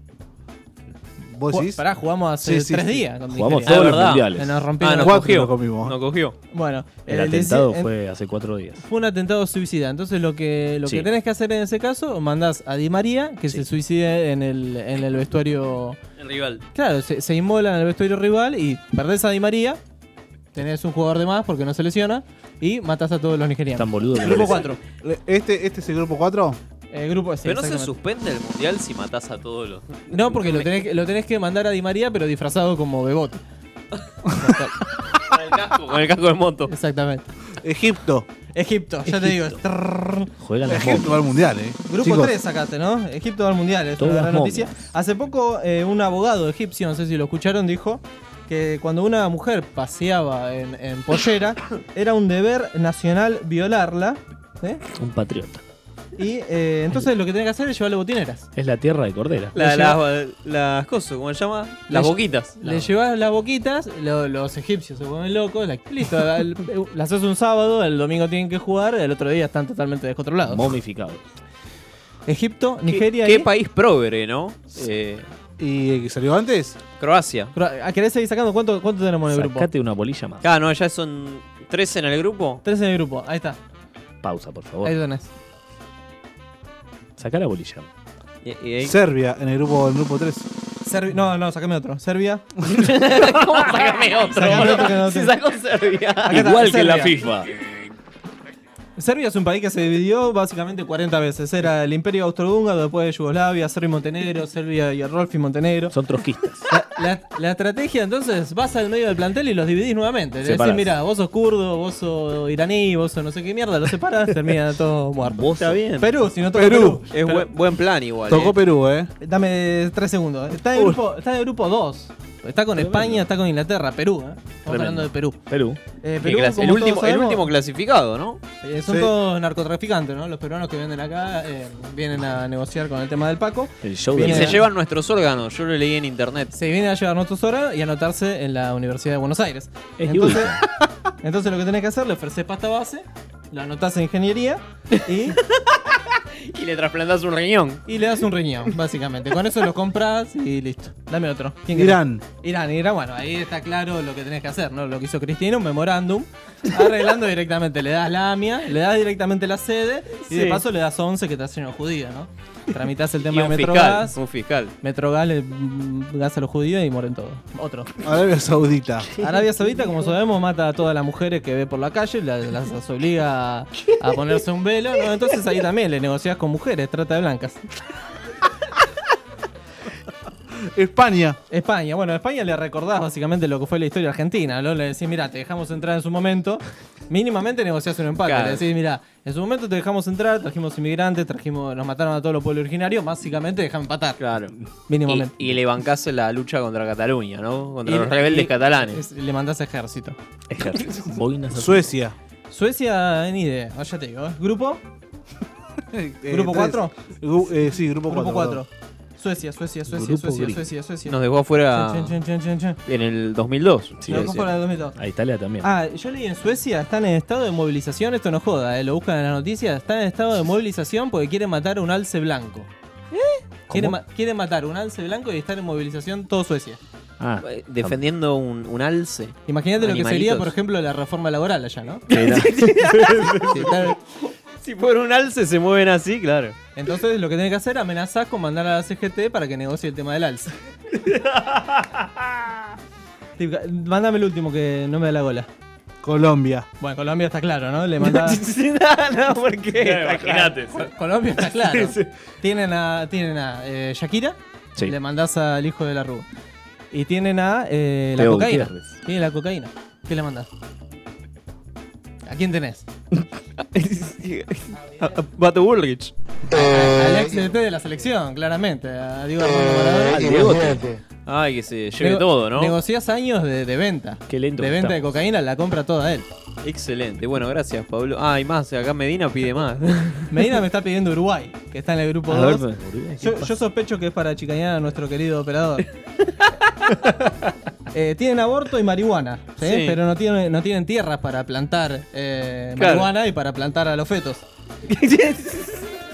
Speaker 12: ¿Vos
Speaker 14: Ju-
Speaker 12: decís?
Speaker 14: Pará, jugamos hace
Speaker 12: Sí, sí,
Speaker 14: tres
Speaker 12: sí.
Speaker 14: días. con
Speaker 15: Jugamos
Speaker 14: Nigeria. Ah,
Speaker 15: todos los mundiales.
Speaker 14: Se Nos rompieron
Speaker 15: Ah, nos
Speaker 14: la-
Speaker 15: cogió.
Speaker 12: lo comimos.
Speaker 15: Nos cogió.
Speaker 14: ¿eh? Bueno,
Speaker 15: El
Speaker 14: eh, le-
Speaker 15: atentado
Speaker 14: en-
Speaker 15: fue hace cuatro días.
Speaker 14: Fue un atentado suicida. Entonces lo que lo
Speaker 15: Sí.
Speaker 14: que tenés que hacer en ese caso, mandás a Di María que se suicide en el, en el vestuario.
Speaker 13: El rival.
Speaker 14: Claro, se, se inmola en el vestuario rival y perdés a Di María. Tenés un jugador de más porque no se lesiona. Y matás a todos los nigerianos.
Speaker 15: Tan boludo que
Speaker 14: Grupo
Speaker 15: lo
Speaker 14: 4.
Speaker 12: Este, este es el grupo 4.
Speaker 14: El Eh, grupo sí,
Speaker 13: Pero no se
Speaker 14: exactamente.
Speaker 13: suspende el mundial si matás a todos los.
Speaker 14: No, porque lo tenés, que- lo tenés que mandar a Di María, pero disfrazado como Bebote.
Speaker 13: Con el casco, con el casco de moto.
Speaker 14: Exactamente.
Speaker 12: Egipto.
Speaker 14: Egipto, ya te digo. Trrr.
Speaker 15: Juegan las
Speaker 12: Egipto va al mundial, eh.
Speaker 14: Grupo
Speaker 12: Chicos,
Speaker 14: 3 sacaste, ¿no? Egipto al mundial, es una
Speaker 12: Todas
Speaker 14: gran
Speaker 12: momias.
Speaker 14: noticia. Hace poco eh, un abogado egipcio, no sé si lo escucharon, dijo que cuando una mujer paseaba en, en pollera, era un deber nacional violarla. ¿eh?
Speaker 15: Un patriota.
Speaker 14: Y eh, entonces lo que tenía que hacer es llevarle botineras.
Speaker 15: Es la tierra de Cordera.
Speaker 13: La-
Speaker 14: Le lleva-
Speaker 13: las, las cosas, ¿cómo se llama? Las
Speaker 14: Le-
Speaker 13: boquitas.
Speaker 14: Le llevas las boquitas, lo- los egipcios se ponen locos, la- listo, al- las haces un sábado, el domingo tienen que jugar, el otro día están totalmente descontrolados.
Speaker 15: Momificado.
Speaker 14: Egipto,
Speaker 13: ¿Qué-
Speaker 14: Nigeria
Speaker 13: ¿Qué,
Speaker 14: y...
Speaker 13: país progre, ¿no? Eh,
Speaker 12: ¿Y el que salió antes?
Speaker 13: Croacia.
Speaker 14: Pero, ah, ¿Querés seguir sacando? ¿Cuánto, cuánto tenemos en el grupo?
Speaker 15: Sacate una bolilla más.
Speaker 13: Ah, no, ya son tres en el grupo.
Speaker 14: Tres en el grupo, ahí está.
Speaker 15: Pausa, por favor.
Speaker 14: Ahí tenés.
Speaker 15: Sacá la bolilla.
Speaker 13: Y- y ahí-
Speaker 12: Serbia en el grupo, en el grupo 3.
Speaker 14: Servi- no, no, sacame otro. Serbia.
Speaker 13: ¿Cómo sacame otro?
Speaker 14: Sacame
Speaker 13: boludo?
Speaker 14: otro que no
Speaker 13: Se
Speaker 14: te-
Speaker 13: sacó Serbia.
Speaker 14: Acá está,
Speaker 15: Igual que
Speaker 14: Serbia.
Speaker 15: la FIFA.
Speaker 14: Serbia es un país que se dividió básicamente 40 veces. Era el Imperio Austrohúngaro, después Yugoslavia, Serbia y Montenegro, Serbia y Rolf y Montenegro.
Speaker 15: Son trotskistas.
Speaker 14: La, la estrategia entonces vas al medio del plantel y los dividís nuevamente. Le decís,
Speaker 15: Separás.
Speaker 14: mira, vos sos kurdo, vos sos iraní, vos sos no sé qué mierda, los separás, termina todo muerto.
Speaker 15: Está bien.
Speaker 14: Perú, si no tocó
Speaker 12: Perú.
Speaker 14: Perú.
Speaker 13: Es buen, buen plan igual. eh.
Speaker 12: Perú, eh.
Speaker 14: Dame tres segundos. Está en el grupo, está en el grupo 2. Está con España, está con Inglaterra, Perú. ¿eh? Estamos
Speaker 13: Tremendo.
Speaker 14: hablando de Perú.
Speaker 15: Perú.
Speaker 14: Eh,
Speaker 13: Que
Speaker 14: Perú,
Speaker 13: clas-
Speaker 14: como
Speaker 13: el,
Speaker 14: todos
Speaker 13: último, el
Speaker 14: sabemos,
Speaker 13: último clasificado, ¿no?
Speaker 14: eh, son
Speaker 13: Sí.
Speaker 14: todos narcotraficantes, ¿no? Los peruanos que venden acá eh, vienen a negociar con el tema del Paco.
Speaker 15: El show
Speaker 13: Y
Speaker 15: de
Speaker 13: se llevan nuestros órganos, yo lo leí en internet.
Speaker 14: Se vienen a llevar nuestros horas y anotarse en la Universidad de Buenos Aires.
Speaker 15: Es
Speaker 14: Entonces, entonces lo que tenés que hacer, le ofreces pasta base, lo anotás en ingeniería y,
Speaker 13: Y le trasplantas un riñón.
Speaker 14: y le das un riñón, básicamente. Con eso lo compras y listo. Dame otro. ¿Quién querés?
Speaker 12: Irán.
Speaker 14: Irán, Irán, bueno, ahí está claro lo que tenés que hacer, ¿no? Lo que hizo Cristina, un memorándum, arreglando directamente, le das la AMIA, le das directamente la sede y de
Speaker 13: Sí.
Speaker 14: paso le das 11 que te hacen los judíos, ¿no? Tramitas el
Speaker 13: Y
Speaker 14: tema de
Speaker 13: un fiscal,
Speaker 14: Metrogas.
Speaker 13: un fiscal.
Speaker 14: Metrogas le mm, gas a los judíos y mueren todos. Otro.
Speaker 12: Arabia Saudita.
Speaker 14: Arabia Saudita, como sabemos, mata a todas las mujeres que ve por la calle, la- las, obliga a, a ponerse un velo, ¿no? Entonces ahí también le negociás con mujeres, trata de blancas.
Speaker 12: España.
Speaker 14: España, bueno, a España le recordás básicamente lo que fue la historia argentina, ¿no? Le decís, mira, te dejamos entrar en su momento, Mínimamente negociás un empate.
Speaker 13: Claro.
Speaker 14: Le decís, mira, en su momento te dejamos entrar, trajimos inmigrantes, trajimos, nos mataron a todos los pueblos originarios, básicamente dejame empatar.
Speaker 13: Claro.
Speaker 14: Mínimamente.
Speaker 13: Y, y le bancás la lucha contra Cataluña, ¿no? Contra
Speaker 14: Y-
Speaker 13: los rebeldes
Speaker 14: y-
Speaker 13: catalanes.
Speaker 14: es- le mandás ejército.
Speaker 13: Ejército.
Speaker 12: Suecia.
Speaker 14: Suecia, ni idea. Ah, Ya te digo. ¿eh? ¿Grupo? ¿Grupo
Speaker 12: Eh, tres.
Speaker 14: 4?
Speaker 12: Gru- eh, sí, grupo
Speaker 14: Grupo
Speaker 12: cuatro,
Speaker 14: 4. Suecia, Suecia, Suecia,
Speaker 13: Grupo
Speaker 14: Suecia,
Speaker 13: gris.
Speaker 14: Suecia, Suecia.
Speaker 13: Nos dejó afuera
Speaker 14: Chin, chin, chin, chin, chin.
Speaker 13: en el 2002.
Speaker 14: Nos dejó afuera en el 2002.
Speaker 15: A Italia también.
Speaker 14: Ah, yo leí en Suecia, están en estado de movilización, esto no joda, eh, lo buscan en las noticias, están en estado de movilización porque quieren matar a un alce blanco. ¿Eh? Quieren, ma- quieren matar a un alce blanco y están en movilización todo Suecia.
Speaker 15: Ah.
Speaker 13: Eh, Defendiendo un, un alce.
Speaker 14: Imagínate lo que sería,
Speaker 13: Animalitos.
Speaker 14: por ejemplo, la reforma laboral allá, ¿no?
Speaker 13: Sí, claro. si por un alce se mueven así, claro.
Speaker 14: Entonces lo que tiene que hacer amenazas con mandar a la CGT para que negocie el tema del alza. Típica, Mándame el último que no me da la gola.
Speaker 12: Colombia.
Speaker 14: Bueno, Colombia está claro, ¿no? Le manda.
Speaker 13: no, ¿por qué?
Speaker 15: Claro,
Speaker 14: Está claro.
Speaker 15: imagínate.
Speaker 14: Col- Colombia está
Speaker 15: Sí,
Speaker 14: claro.
Speaker 15: sí.
Speaker 14: Tienen a, tienen a eh, Shakira,
Speaker 15: Sí.
Speaker 14: le mandás al hijo de la rúa. Y tienen a eh, la
Speaker 15: Teo
Speaker 14: cocaína.
Speaker 15: Gutiérrez.
Speaker 14: Tienen la cocaína. ¿Qué le mandás? ¿A quién tenés?
Speaker 13: Bato Bullrich.
Speaker 14: Al ex de la selección, claramente. A Diego Armando Maradona.
Speaker 13: Al Diegote. Ay, que se lleve
Speaker 14: Nego-
Speaker 13: todo, ¿no?
Speaker 14: Negociás años de, de venta.
Speaker 15: Qué lento
Speaker 14: De
Speaker 15: que
Speaker 14: venta de
Speaker 15: estamos.
Speaker 14: cocaína la compra toda él.
Speaker 13: Excelente. Bueno, gracias, Pablo. Ah, y más. Acá Medina pide más.
Speaker 14: Medina me está pidiendo Uruguay, que está en el grupo
Speaker 13: A ver, pues,
Speaker 14: 2.
Speaker 13: Uruguay, ¿qué
Speaker 14: Yo,
Speaker 13: pasa?
Speaker 14: yo sospecho que es para chicañar a nuestro querido operador. Eh, tienen aborto y marihuana, ¿sí?
Speaker 13: Sí.
Speaker 14: pero no tienen, no tienen tierras para plantar eh,
Speaker 13: Claro.
Speaker 14: marihuana y para plantar a los fetos.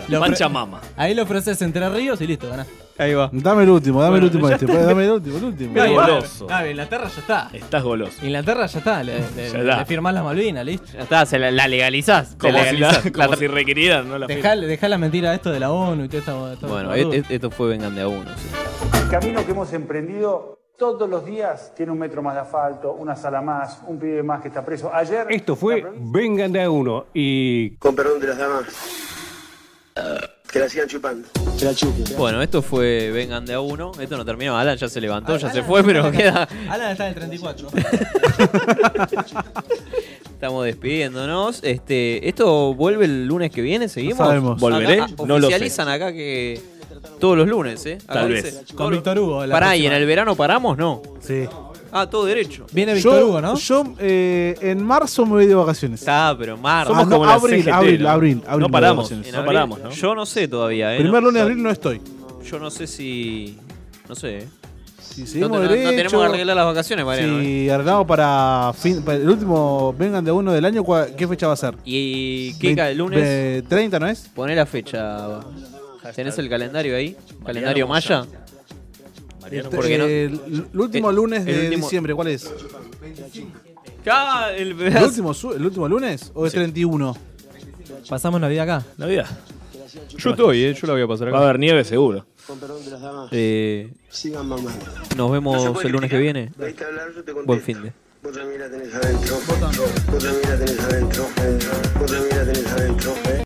Speaker 14: Lo ofre-
Speaker 15: Mancha mama.
Speaker 14: Ahí lo ofreces entre ríos y listo, ganás.
Speaker 13: Ahí va.
Speaker 12: Dame el último, dame el
Speaker 14: Bueno,
Speaker 12: último
Speaker 14: ya
Speaker 12: este.
Speaker 14: está.
Speaker 12: pues, Dame el último, el último.
Speaker 14: Está bien,
Speaker 15: goloso.
Speaker 14: está bien, Inglaterra ya está.
Speaker 15: Estás goloso.
Speaker 14: Inglaterra ya está, le, le-
Speaker 15: Ya está.
Speaker 14: le firmás las Malvinas, listo.
Speaker 13: Ya está, se la, la legalizás.
Speaker 15: Como
Speaker 13: la
Speaker 15: si, la,
Speaker 13: legalizás.
Speaker 15: como si requirieran, no la
Speaker 14: Dejá, dejá la mentira esto de la ONU y todo esto. esto-
Speaker 13: Bueno,
Speaker 14: todo
Speaker 13: e-
Speaker 14: esto.
Speaker 13: e- esto fue Vengan de a uno. sí.
Speaker 4: El camino que hemos emprendido todos los días tiene un metro más de asfalto, una sala más, un pibe más que está preso. Ayer.
Speaker 5: Esto fue Vengan de a uno y.
Speaker 21: Con perdón de las damas. Que la sigan chupando. Que la chupen.
Speaker 13: Bueno, esto fue Vengan de a uno. Esto no terminó. Alan ya se levantó, ya se fue, pero queda.
Speaker 14: Alan está en el 34.
Speaker 13: Estamos despidiéndonos. Este, ¿Esto vuelve el lunes que viene? ¿Seguimos?
Speaker 15: No sabemos. ¿Volveré?
Speaker 13: Acá,
Speaker 15: No lo sé.
Speaker 13: Oficializan acá que todos los lunes, ¿eh? Acá
Speaker 15: Tal
Speaker 13: dice,
Speaker 15: vez.
Speaker 13: todos
Speaker 14: Con
Speaker 13: los-
Speaker 14: Víctor Hugo. la
Speaker 13: Pará, ¿y
Speaker 14: próxima.
Speaker 13: en el verano paramos? No.
Speaker 12: Sí.
Speaker 13: Ah, todo derecho.
Speaker 14: Viene
Speaker 12: Yo- Yo eh, en marzo me voy de vacaciones.
Speaker 13: Está, pero mar.
Speaker 12: Somos Ah, no, como la abril, CGT, abril, ¿no? abril, abril,
Speaker 15: No paramos, no
Speaker 13: En abril,
Speaker 15: paramos, ¿no?
Speaker 13: Yo no sé todavía, ¿eh?
Speaker 12: Primer
Speaker 13: No-
Speaker 12: lunes de abril no estoy.
Speaker 13: Yo no sé si. No sé, ¿eh?
Speaker 12: Si
Speaker 13: no,
Speaker 12: seguimos
Speaker 13: te- no- no
Speaker 12: derecho,
Speaker 13: tenemos que arreglar las vacaciones, Mariano. ¿eh?
Speaker 12: Si arreglamos para, fin- para el último Vengan de a uno del año, ¿cuál- ¿qué fecha va a ser?
Speaker 13: ¿Y qué ca-
Speaker 12: Vein-
Speaker 13: lunes?
Speaker 12: ve- 30, ¿no es?
Speaker 13: Poné la fecha. va. ¿Tenés el calendario ahí? ¿Calendario maya?
Speaker 12: Moyano.
Speaker 13: Porque no-
Speaker 12: Eh, el, el último
Speaker 13: Eh,
Speaker 12: lunes
Speaker 13: el
Speaker 12: de
Speaker 13: último-
Speaker 12: diciembre, ¿cuál es?
Speaker 13: Ah, el-
Speaker 12: ¿El último, su- el último lunes o es 31?
Speaker 14: Pasamos Navidad acá.
Speaker 15: Navidad.
Speaker 13: Yo estoy, ¿eh? Yo la voy a pasar acá.
Speaker 15: Va a haber nieve seguro.
Speaker 13: Eh,
Speaker 21: Sigan mamando.
Speaker 13: nos vemos el lunes que viene. Buen fin de.
Speaker 21: Vos también la tenés adentro. Vos también la tenés adentro. Vos también la tenés adentro.